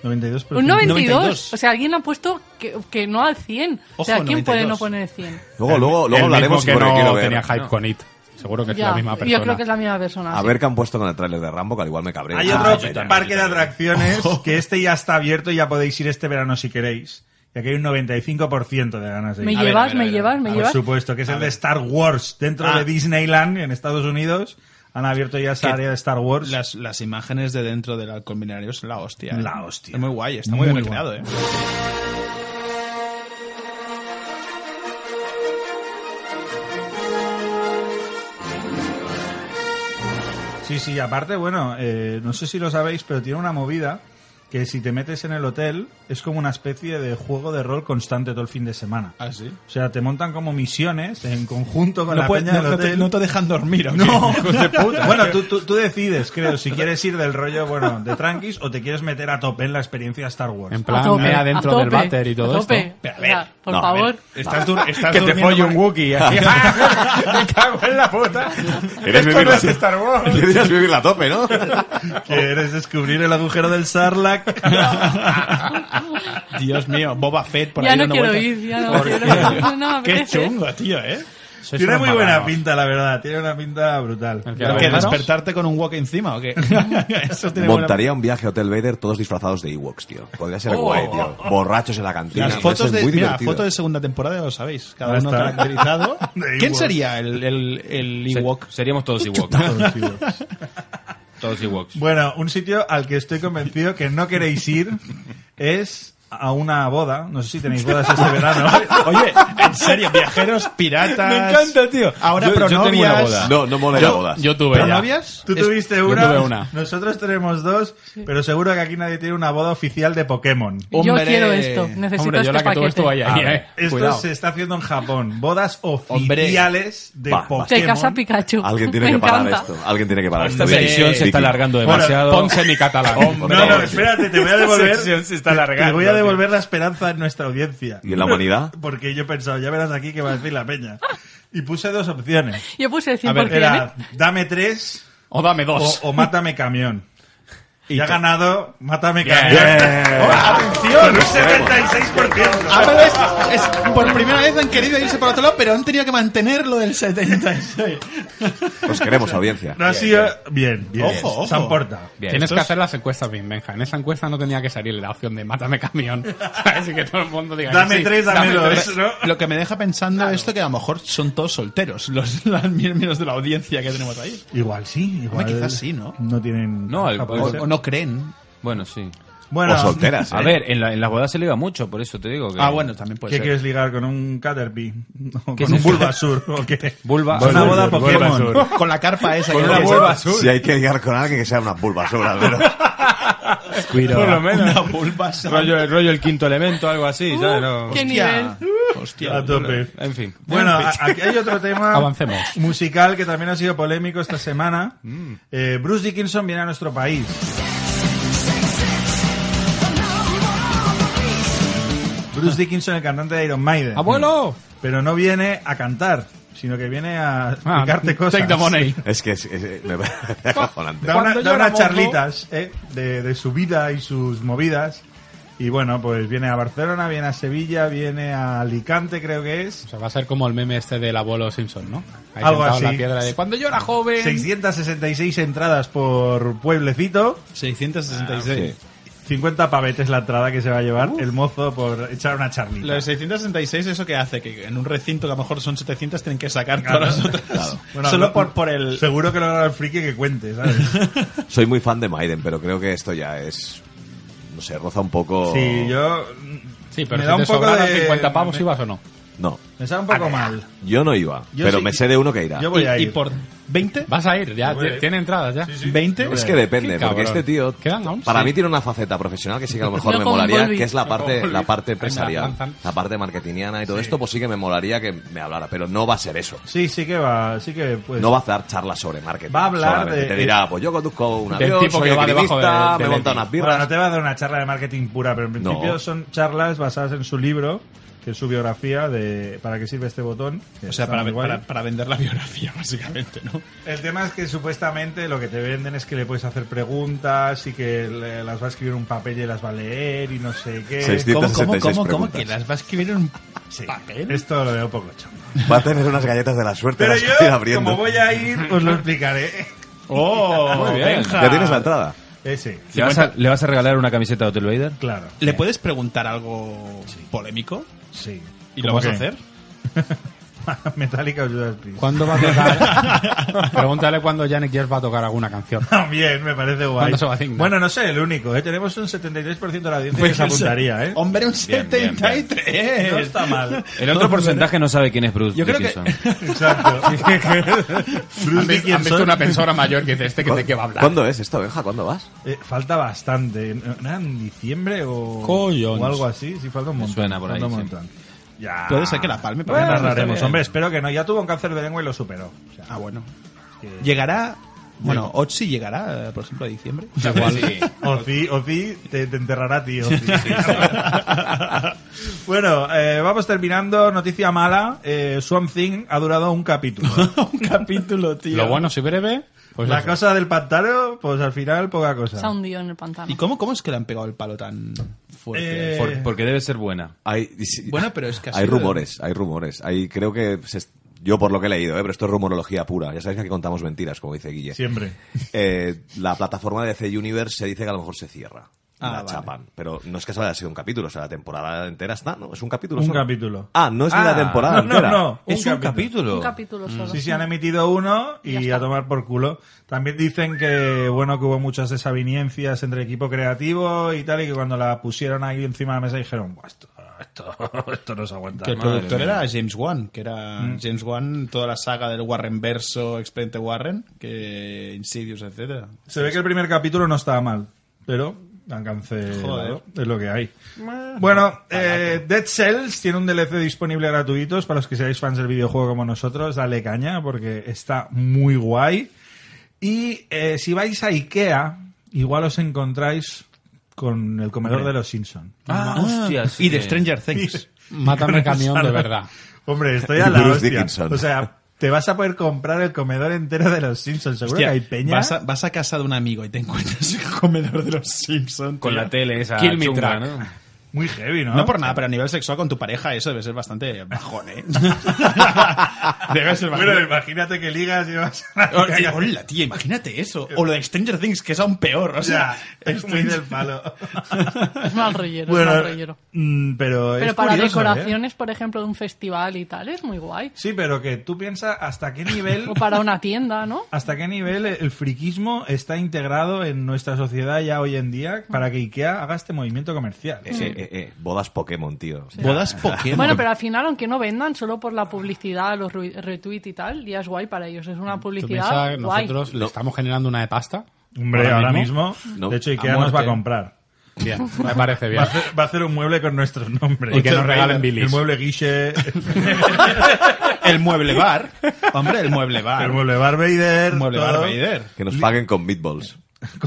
S5: 92%.
S6: Pues
S4: Un 92.
S6: 92.
S4: O sea, alguien ha puesto que, que no al 100. o sea,
S6: Ojo,
S4: ¿quién puede
S6: 92.
S4: no poner el 100?
S1: Luego, luego,
S2: El
S1: luego hablaremos
S2: mismo que
S1: porque
S2: no
S1: quiero ver.
S2: tenía hype con It. Seguro que es la
S4: Ya,
S2: misma persona.
S4: yo creo que es la misma persona.
S1: A
S4: sí.
S1: ver qué han puesto con el tráiler de Rambo, que al igual me cabré.
S3: ah,
S1: Ah,
S5: Hay otro parque de atracciones que este ya está abierto y ya podéis ir este verano si queréis. Y aquí hay un 95% de ganas de
S4: Me
S5: ir.
S6: ver,
S4: llevas,
S6: a ver, a
S4: me
S6: ver.
S4: llevas, me
S5: Por
S4: llevas.
S5: supuesto, que es el de Star Wars. Dentro
S6: Ah.
S5: de Disneyland, en Estados Unidos, han abierto ya esa
S6: Que-
S5: área de Star Wars.
S4: pues-
S6: Las, las imágenes de dentro del alcohol milenario son la hostia. ¿eh?
S5: La hostia.
S6: Es muy guay, está muy,
S5: Muy
S6: bien creado, ¿eh?
S5: Sí, sí, aparte, bueno, eh, no sé si lo sabéis, pero tiene una movida que si te metes en el hotel es como una especie de juego de rol constante todo el fin de semana.
S6: Ah, sí.
S5: O sea, te montan como misiones en conjunto con
S6: No,
S5: la
S6: puede-
S5: peña
S6: no-
S5: del
S6: no te,
S5: hotel.
S6: no te dejan dormir, ¿o qué?
S5: No. [LAUGHS] bueno, tú, tú, tú decides, creo, si quieres ir del rollo, bueno, de tranquis o te quieres meter a tope en la experiencia Star Wars.
S2: En
S4: A
S2: plan,
S4: tope,
S2: mea
S4: a
S2: dentro
S4: tope,
S2: del váter y
S4: a
S2: todo esto.
S4: tope.
S6: Pero a
S4: O sea,
S6: ver,
S4: por
S1: no, a ver.
S4: favor.
S3: [LAUGHS]
S6: Estás, dur- estás
S3: Que te
S6: durmiendo
S3: folle
S6: con-
S3: un Wookiee. así. Me cago en la puta.
S1: Eres
S3: Esto
S1: vivir
S3: no
S1: la
S3: es Star Wars.
S1: [LAUGHS] Querías vivir la tope, ¿no?
S5: [LAUGHS] ¿Quieres descubrir el agujero del
S6: [LAUGHS]
S5: Sarlacc?
S6: Dios mío, Boba Fett por
S4: Ya
S6: ahí
S4: no
S6: dando
S4: quiero
S6: vueltas.
S4: ir, ya no
S6: ¿Por
S4: quiero
S6: qué?
S4: ir. No me
S6: [LAUGHS] Qué
S4: apetece.
S6: chungo, tío, ¿eh?
S5: Tiene
S2: unos
S5: muy buena
S2: maganos.
S5: pinta, la verdad. Tiene una pinta brutal.
S2: El que
S6: ¿Pero qué,
S2: ¿Maganos?
S6: despertarte con un wok encima o qué? [LAUGHS] Eso tiene buena-
S1: Montaría un viaje a Hotel Vader todos disfrazados de Ewoks, tío. Podría ser guay, tío. Borrachos en la cantina.
S6: Las
S1: Puede ser
S6: fotos de,
S1: muy
S6: mira,
S1: divertido.
S6: fotos de segunda temporada ya lo sabéis. Cada
S5: Ya
S6: uno
S5: está.
S3: [LAUGHS]
S6: caracterizado.
S5: De
S6: ¿Quién
S5: Ewok.
S6: sería el, el, el
S3: Se-
S6: Ewok?
S3: Seríamos todos Ewoks. Todos Ewoks.
S5: Bueno, un sitio al que estoy convencido que no queréis ir es a una boda. No sé si tenéis bodas este verano.
S6: Oye, en serio, viajeros piratas.
S3: Me encanta, tío.
S6: Ahora
S3: Yo- yo tengo una
S6: pronovias.
S3: boda.
S1: No, no mola ir a bodas.
S2: Yo tuve ya.
S6: ¿Pronovias?
S5: Tú
S6: Es-
S5: tuviste
S2: yo
S5: una,
S2: tuve una.
S5: nosotros tenemos dos, pero seguro que aquí nadie tiene una boda oficial de Pokémon.
S6: Hombre.
S4: Yo quiero esto. Necesito
S2: Hombre, yo
S4: este
S2: la que tuve
S4: paquete.
S2: estuvo ahí, ahí,
S6: Ah,
S2: eh.
S5: Esto
S2: Cuidado.
S5: se está haciendo en Japón. Bodas oficiales de
S1: Va, va.
S5: Pokémon.
S4: Te casa Pikachu.
S1: Alguien tiene
S4: Me
S1: que parar
S4: encanta.
S1: esto. Alguien tiene que parar
S3: Esta
S1: esto.
S3: sección se
S1: Vicky.
S3: está alargando
S5: Bueno,
S3: demasiado.
S2: Ponce mi catalán.
S1: Hombre.
S5: No, no, espérate, te voy a devolver.
S3: sección se está
S5: te- Te
S3: alargando,
S5: voy a
S3: tío.
S5: devolver la esperanza en nuestra audiencia.
S1: ¿Y en la humanidad?
S5: Porque yo he pensado, ya verás aquí qué va a decir la peña. Y puse dos opciones.
S4: Yo puse el 100%.
S5: Era, dame tres
S2: O dame dos.
S5: o, o mátame camión. Y ha ganado Mátame Cañón.
S6: ¡Atención!
S5: Con un 76%.
S6: Ah, pero es- es- por primera vez han querido irse por otro lado, pero han tenido que mantenerlo del 76.
S1: Os
S5: [LAUGHS]
S1: queremos, audiencia.
S5: No ha sido... Bien, bien.
S6: Ojo, ojo.
S5: Se han portado.
S3: Bien,
S2: Tienes
S3: esto
S2: que
S3: es-
S2: hacer las encuestas bien, Benja. En esa encuesta no tenía que salir la opción de mátame camión. [LAUGHS] Así que todo el mundo diga
S5: Dame
S2: sí,
S5: tres, dame dos.
S2: tres.
S5: ¿no?
S6: Lo que me deja pensando esto que a lo mejor son todos solteros, los, [LAUGHS] los miembros de la audiencia que tenemos ahí.
S5: Igual sí, igual.
S6: Hombre, quizás sí, ¿no?
S5: No tienen.
S3: No, el-
S5: puede
S6: O,
S5: ser.
S6: o no creen.
S3: Bueno, sí.
S5: Bueno,
S1: O solteras.
S3: A
S1: ¿eh?
S3: ver, en, la, en las bodas se liga mucho, por eso te digo que...
S6: Ah, bueno, también puede
S5: ¿Qué
S6: ser.
S5: quieres ligar con un Caterpie? ¿O
S3: ¿Qué
S5: con un
S3: es eso?
S5: Bulbasur? ¿O qué?
S3: Vulva-
S5: Es una boda
S3: Vulva-
S5: Pokémon.
S3: Vulva-
S6: Con la carpa esa.
S3: Con
S6: que
S3: una
S6: decías,
S3: vulva
S6: ¿eh?
S3: azul.
S1: Si hay que ligar con alguien que sea una vulva sola, pero
S3: Por lo menos.
S6: Una vulva azul.
S3: rollo, rollo el quinto elemento, algo así, ¿sabes? No.
S4: ¿Qué nivel?
S6: Hostia. Hostia.
S5: A tope.
S3: En fin.
S5: Bueno, a- aquí hay
S2: [LAUGHS]
S5: otro tema
S2: Avancemos.
S5: musical que también ha sido polémico esta semana. Eh, Bruce Dickinson viene a nuestro país. Bruce Dickinson, el cantante de Iron Maiden.
S2: ¡Abuelo!
S5: Pero no viene a cantar, sino que viene a
S2: Ah,
S5: explicarte cosas.
S2: Take the money.
S1: es que es, es- me parece acojonante.
S5: da, una-
S2: Cuando
S5: da
S2: yo era
S5: unas
S2: mozo-
S5: charlitas ¿eh? de, de su vida y sus movidas. Y bueno, pues viene a Barcelona, viene a Sevilla, viene a Alicante, creo que es.
S2: O sea, va a ser como el meme este del abuelo Simpson, ¿no? Ahí
S5: Algo
S2: sentado en
S5: así.
S2: la piedra de cuando yo era joven.
S5: 666 entradas por pueblecito.
S6: 666.
S1: Sí.
S5: 50 pavetes la entrada que se va a llevar el mozo por echar una charlita.
S6: Lo de 666, ¿eso qué hace? Que en un recinto que a lo mejor son 700 tienen que sacar todas las [LAUGHS] otras.
S5: Bueno,
S6: Solo
S5: lo-
S6: por, por el...
S5: Seguro que lo hará el friki que cuente, ¿sabes?
S1: Soy muy fan de Maiden, pero creo que esto ya es. No sé, roza un poco.
S5: sí, yo...
S2: Sí, pero
S5: me
S2: si
S5: da
S2: te
S5: un poco
S2: sobraron
S5: de-
S2: 50 pavos,
S5: me-
S2: ¿ibas o no?
S1: No,
S5: Me sabe un poco mal.
S1: yo no iba,
S5: Yo
S1: pero
S5: sí-
S1: me sé de uno que irá.
S5: Yo voy
S6: y,
S5: a
S6: y
S5: ir.
S6: por 20?
S2: Vas a ir,
S5: Yo
S2: ya.
S5: voy a
S2: ti-
S5: ir.
S2: Tiene entradas ya.
S6: ¿20?
S1: Es que depende,
S2: Qué
S1: porque
S2: cabrón.
S1: este tío
S2: Quedan aún,
S1: para
S2: sí.
S1: mí tiene una faceta profesional que sí que a lo mejor
S4: No
S1: me
S4: como
S1: molaría,
S4: Volvi.
S1: que es la parte,
S2: Volvi.
S1: la parte
S2: Ahí me la
S1: empresarial,
S2: lanzan.
S1: la parte marketingiana y todo esto, pues sí que me molaría que me hablara, pero no va a ser eso.
S5: Sí, sí que va, sí que puede
S1: No
S5: ser.
S1: va a dar charlas sobre marketing.
S5: Pues Va a hablar
S1: solamente.
S5: de-
S1: Te dirá, pues yo conduzco un
S2: Del
S1: avión,
S2: tipo
S1: soy
S2: que va debajo
S1: equilibrista,
S2: del-
S1: me he
S2: del
S1: montado
S2: Eti.
S1: unas
S5: Bueno, no
S1: birras.
S5: te va a dar una charla de marketing pura, pero en principio
S1: No.
S5: son charlas basadas en su libro, que es su biografía de para qué sirve este botón. que
S6: O sea,
S5: está
S6: para,
S5: muy guay.
S6: para, para vender la biografía, [LAUGHS] básicamente, ¿no?
S5: El tema es que supuestamente lo que te venden es que le puedes hacer preguntas y que le- las va a escribir en un papel y las va a leer y no sé qué.
S1: Seis días.
S6: ¿Cómo, cómo,
S1: 166
S6: cómo, cómo que
S1: preguntas.
S6: las va a escribir en un
S5: Sí,
S6: papel?
S5: Esto lo veo un poco chungo.
S1: Va a tener unas galletas de la suerte,
S5: Pero
S1: las que ir
S5: yo,
S1: abriendo.
S5: como voy a ir, os lo explicaré.
S6: ¡Oh!
S3: Muy bien.
S6: Benja.
S1: ¿Ya tienes la entrada?
S5: Ese,
S3: ¿Le vas, a, le vas a regalar una camiseta de Hotel
S6: [LAUGHS]
S3: Vader?
S5: claro.
S6: ¿Le puedes preguntar algo polémico?
S5: Sí. [LAUGHS]
S6: ¿Y lo
S5: ¿Cómo
S6: vas a
S5: qué?
S6: hacer?
S5: Metallica o Judas Priest. [LAUGHS]
S2: ¿Cuándo va a tocar? Pregúntale cuándo Janet Jers va a tocar alguna canción.
S5: También, me parece guay.
S2: ¿Cuándo se va a dignar?
S5: Bueno, no sé, el único, ¿eh? Tenemos un 73% de la audiencia que se
S6: Pues,
S5: apuntaría, ¿eh?
S6: Hombre, un 73.
S5: No está mal.
S3: El
S6: [LAUGHS]
S3: otro porcentaje no sabe quién es Bruce
S6: Yo creo que-
S3: Dickinson.
S5: [LAUGHS] Exacto. Bruce
S2: Han visto, han visto
S5: Dickinson.
S2: una persona mayor que dice, ¿este que de qué va a hablar?
S1: ¿Cuándo es esto, Benja? ¿Cuándo vas?
S5: Eh, falta bastante. ¿No era en diciembre o,
S2: Collons.
S5: o algo así? Sí, falta un
S3: Me
S5: montón.
S3: suena por ahí,
S5: falta un
S3: sí.
S5: montón. Ya.
S6: Puede ser que la palme, pero
S5: Ya
S6: bueno, está
S5: narraremos.
S6: bien.
S5: Hombre, espero que no. Ya tuvo un cáncer de lengua y lo superó. O sea,
S6: Ah, bueno. Llegará... Bueno, Otsi llegará, eh, por ejemplo, a diciembre.
S5: [LAUGHS] Ozi, Ozi te, te enterrará, tío. Ozi. [LAUGHS] bueno, eh, vamos terminando. Noticia mala. Eh, Swamp Thing ha durado un capítulo.
S6: un capítulo, tío.
S2: Lo bueno, si breve, pues
S5: la
S2: eso.
S5: cosa del pantano, pues al final poca cosa.
S4: Se ha hundido en el pantano.
S6: ¿Y cómo, cómo es que le han pegado el palo tan fuerte?
S5: Eh,
S3: Por- porque debe ser buena.
S1: Hay, sí,
S6: Bueno, pero es que ha
S1: hay
S6: sido-
S1: rumores, hay rumores. Hay, creo que se est- yo por lo que he leído, ¿eh? pero esto es rumorología pura. Ya sabéis que aquí contamos mentiras, como dice Guille.
S5: Siempre.
S1: Eh, la plataforma de DC Universe se dice que a lo mejor se cierra.
S6: Ah,
S1: la
S6: vale.
S1: chapan. Pero no es que solo haya sido un capítulo, o sea, la temporada entera está, ¿no? Es un capítulo.
S5: Un
S1: solo.
S5: capítulo.
S1: Ah, no es ni
S3: Ah,
S1: la
S5: [LAUGHS]
S1: temporada
S5: no, no,
S1: entera.
S5: no.
S3: es un capítulo.
S4: Un capítulo solo.
S5: Sí, sí, han emitido uno y a tomar por culo. También dicen que, bueno, que hubo muchas desaviniencias entre el equipo creativo y tal, y que cuando la pusieron ahí encima de la mesa dijeron, "Buah, esto, esto, esto no se aguanta.
S6: Que el productor era James Wan, que era
S5: Mm.
S6: James Wan, toda la saga del Warren verso, Expediente Warren, que Insidious, etcétera.
S5: Se ve que el primer capítulo no estaba mal, pero han cancelado.
S6: Joder.
S5: Es lo que hay. Bueno, eh, Dead Cells tiene un DLC disponible gratuitos para los que seáis fans del videojuego como nosotros. Dale caña porque está muy guay. Y eh, si vais a Ikea, igual os encontráis con el comedor de los Simpson.
S3: Ah, hostias.
S6: Y de Stranger Things.
S5: Con
S2: Mátame
S5: esa
S3: [LAUGHS]
S2: camión de
S5: sala.
S2: verdad.
S5: Hombre, estoy
S1: Y
S5: a la
S1: Bruce
S5: hostia.
S1: Dickinson.
S5: O sea, te vas a poder comprar el comedor entero de los Simpsons. Seguro
S6: Hostia,
S5: que hay peña.
S6: Vas a, vas a casa de un amigo y te [LAUGHS] encuentras el comedor de los Simpsons.
S3: Con la tele esa
S2: Kill me
S3: chunga,
S2: track.
S3: ¿no?
S5: Muy heavy, ¿no?
S6: No por nada, pero a nivel sexual con tu pareja eso debe ser bastante
S5: [LAUGHS]
S6: bajón, ¿eh? debe ser bajón.
S5: Bueno, imagínate que ligas y vas a la [LAUGHS]
S6: O- eh,
S5: caga.
S6: Hola, tío, imagínate eso. O lo de Stranger Things, que es aún peor. O sea,
S5: es muy del [LAUGHS] palo.
S4: Es mal rollero,
S5: Bueno,
S4: es mal rollero.
S5: mm, pero es
S4: Pero para
S5: curioso, ¿eh?
S4: decoraciones, por ejemplo, de un festival y tal, es muy guay.
S5: Sí, pero que tú piensas hasta qué
S4: [LAUGHS]
S5: nivel
S4: O para una tienda, ¿no?
S5: ¿Hasta qué nivel el friquismo está integrado en nuestra sociedad ya hoy en día para que IKEA haga este movimiento comercial?
S1: Eh, eh, eh, eh, bodas Pokémon, tío.
S6: bodas Pokémon.
S4: Bueno, pero al final, aunque no vendan, solo por la publicidad, los ru- retweet y tal, ya es guay para ellos. Es una
S2: ¿Tú
S4: publicidad
S2: piensas
S4: guay.
S2: nosotros le estamos generando una de pasta?
S5: Hombre, ahora, mismo,
S1: No.
S5: de hecho
S2: A
S5: IKEA
S2: muerte.
S5: nos va a comprar.
S2: Bien, me parece
S5: Va
S2: bien.
S5: a, hacer, va a hacer un mueble con nuestros nombres.
S2: Y que nos regalen bilis.
S5: El mueble guiche,
S6: el
S2: [LAUGHS]
S6: mueble bar. Hombre, el mueble bar.
S5: el mueble Darth Vader,
S6: El mueble
S5: todo.
S6: bar Vader.
S3: Pues
S1: Que nos paguen con meatballs.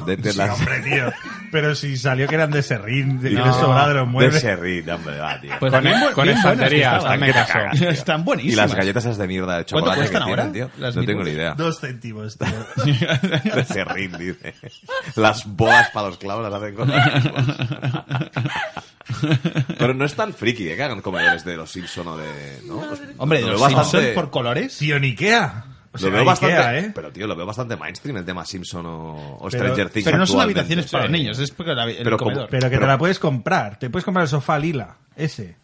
S1: De, de
S5: Sí,
S1: las-
S5: hombre, tío. Pero si salió que eran de serrín, de,
S1: No,
S5: que les sobraba de los
S1: de
S5: muebles.
S1: serrín, hombre, va, tío.
S2: Pues
S6: Con
S2: con,
S6: el-
S2: con
S6: bien
S2: estantería,
S6: buenas que
S2: hasta me
S1: estaban,
S2: caso.
S1: que cagas.
S6: Están
S1: y
S6: buenísimas.
S1: las galletas esas de mierda de
S6: ¿Cuánto
S1: chocolate que
S6: cuestan
S1: tienen,
S6: ahora?
S1: tío.
S6: Las
S1: no tengo
S6: meatballs.
S1: ni idea.
S5: Dos céntimos, tío.
S1: De serrín, dice. Las bodas para los clavos las hacen con las bodas. Pero no es tan friki, ¿eh? Que hagan comedores de los Simpson o de... ¿no? Pues
S6: Hombre, de
S1: lo
S6: los
S1: veo
S6: Simpsons
S1: bastante-
S6: por colores.
S5: Tío, en IKEA. O sea,
S1: lo veo
S5: IKEA,
S1: bastante,
S5: ¿eh?
S1: Pero, tío, lo veo bastante mainstream el tema Simpson o, o
S5: Pero-
S1: Stranger Things
S6: Pero no son
S1: actualmente.
S6: habitaciones para
S1: Sí.
S6: los niños, es porque la- el
S1: Pero como-
S6: comedor.
S5: Pero que
S1: Pero-
S5: te la puedes comprar. Te puedes comprar el sofá lila, ese.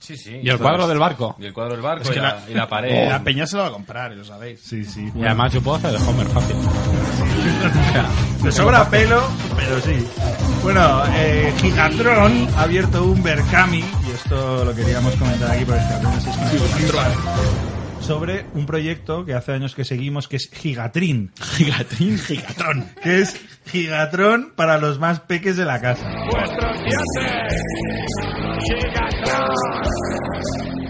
S3: Sí, sí.
S2: Y el cuadro del barco. Oh,
S3: Y el cuadro del barco
S6: Es que
S3: y, la, y la pared.
S6: La peña se la va a comprar, y lo sabéis.
S5: Sí, sí.
S2: Y además yo puedo hacer de Homer fácil.
S5: Te sobra pelo, pero sí. Bueno, eh, Gigatron ha abierto un Berkami, y esto lo queríamos comentar aquí porque apenas es que nos flipa, sobre un proyecto que hace años que seguimos que es Gigatrin,
S6: Gigatrín, gigatron.
S5: que es Gigatron para los más peques de la casa.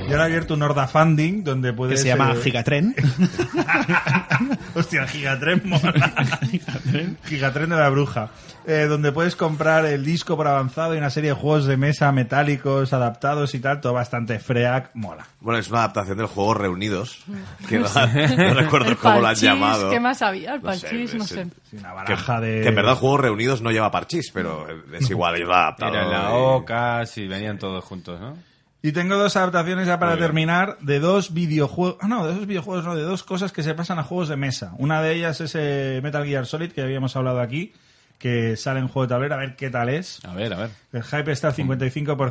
S5: Y ahora ha abierto un Horda Funding donde
S6: Que
S5: puedes...
S6: se llama
S5: eh,
S6: Gigatren.
S5: Hostia, el Gigatren mola. Gigatren de la bruja. Eh, donde puedes comprar el disco por avanzado y una serie de juegos de mesa metálicos adaptados y tal. Todo bastante freak. Mola.
S1: Bueno, es una adaptación del juego
S4: [LAUGHS]
S1: Reunidos. Que no, no recuerdo
S4: El
S1: cómo lo han
S4: parchís,
S1: llamado.
S4: ¿Qué más había? El
S1: No sé,
S4: parchís, no
S1: sí.
S4: sé.
S5: Sí, una
S1: Que,
S5: baraja de...
S1: que en verdad el juego Reunidos no lleva parchís, pero es igual, ellos lo han adaptado.
S3: Era la
S1: y-
S3: OCA, sí, venían todos juntos, ¿no?
S5: Y tengo dos adaptaciones ya para terminar de dos videojuegos. Ah, no, de dos videojuegos, no, de dos cosas que se pasan a juegos de mesa. Una de ellas es eh, Metal Gear Solid, que habíamos hablado aquí, que sale en juego de tablero. A ver qué tal es.
S3: A ver, a ver.
S5: El hype está al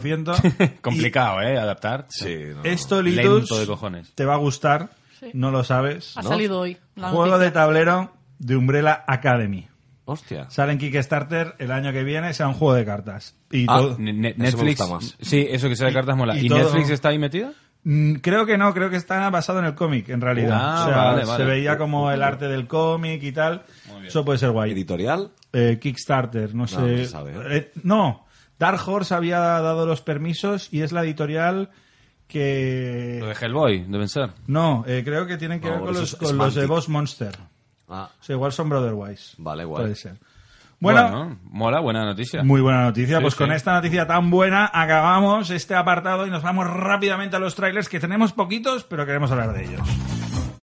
S5: 55%. y-
S3: [LAUGHS] Complicado, ¿eh? Adaptar.
S1: Sí, no.
S5: Esto,
S3: Lento
S5: Litus,
S3: de cojones.
S5: te va a gustar.
S4: Sí.
S5: No lo sabes.
S4: Ha
S1: ¿No?
S4: salido hoy. la
S5: Juego
S4: noticia.
S5: de tablero de Umbrella Academy.
S1: Hostia.
S5: Sale en Kickstarter el año que viene, sea un juego de cartas. Y
S1: Ah,
S5: todo-
S3: Ne- ne-
S1: Eso me
S3: Netflix.
S1: gusta más.
S3: Sí, eso que sea de cartas mola.
S5: y
S3: ¿Y,
S5: todo-
S3: Netflix está ahí metido?
S5: Mm, Creo que no, creo que está basado en el cómic, en realidad.
S3: Ah,
S5: o sea,
S3: vale,
S5: se
S3: vale.
S5: veía como el arte del cómic y tal. Eso puede ser guay.
S1: Editorial.
S5: Eh, Kickstarter, no sé.
S1: no se sabe.
S5: Eh, no, Dark Horse había dado los permisos y es la editorial que...
S3: Lo de Hellboy, deben ser.
S5: No, eh, creo que tienen que
S1: No,
S5: ver con
S1: eso
S5: los,
S1: es-
S5: con
S1: es
S5: los de
S1: Mantic.
S5: Boss Monster.
S1: Ah,
S5: O sea, igual son Brotherwise.
S1: Vale, guay.
S5: Puede ser. Bueno,
S3: mola, buena noticia.
S5: muy buena noticia.
S3: Sí,
S5: pues
S3: sí.
S5: con esta noticia tan buena acabamos este apartado y nos vamos rápidamente a los trailers que tenemos poquitos, pero queremos hablar de ellos.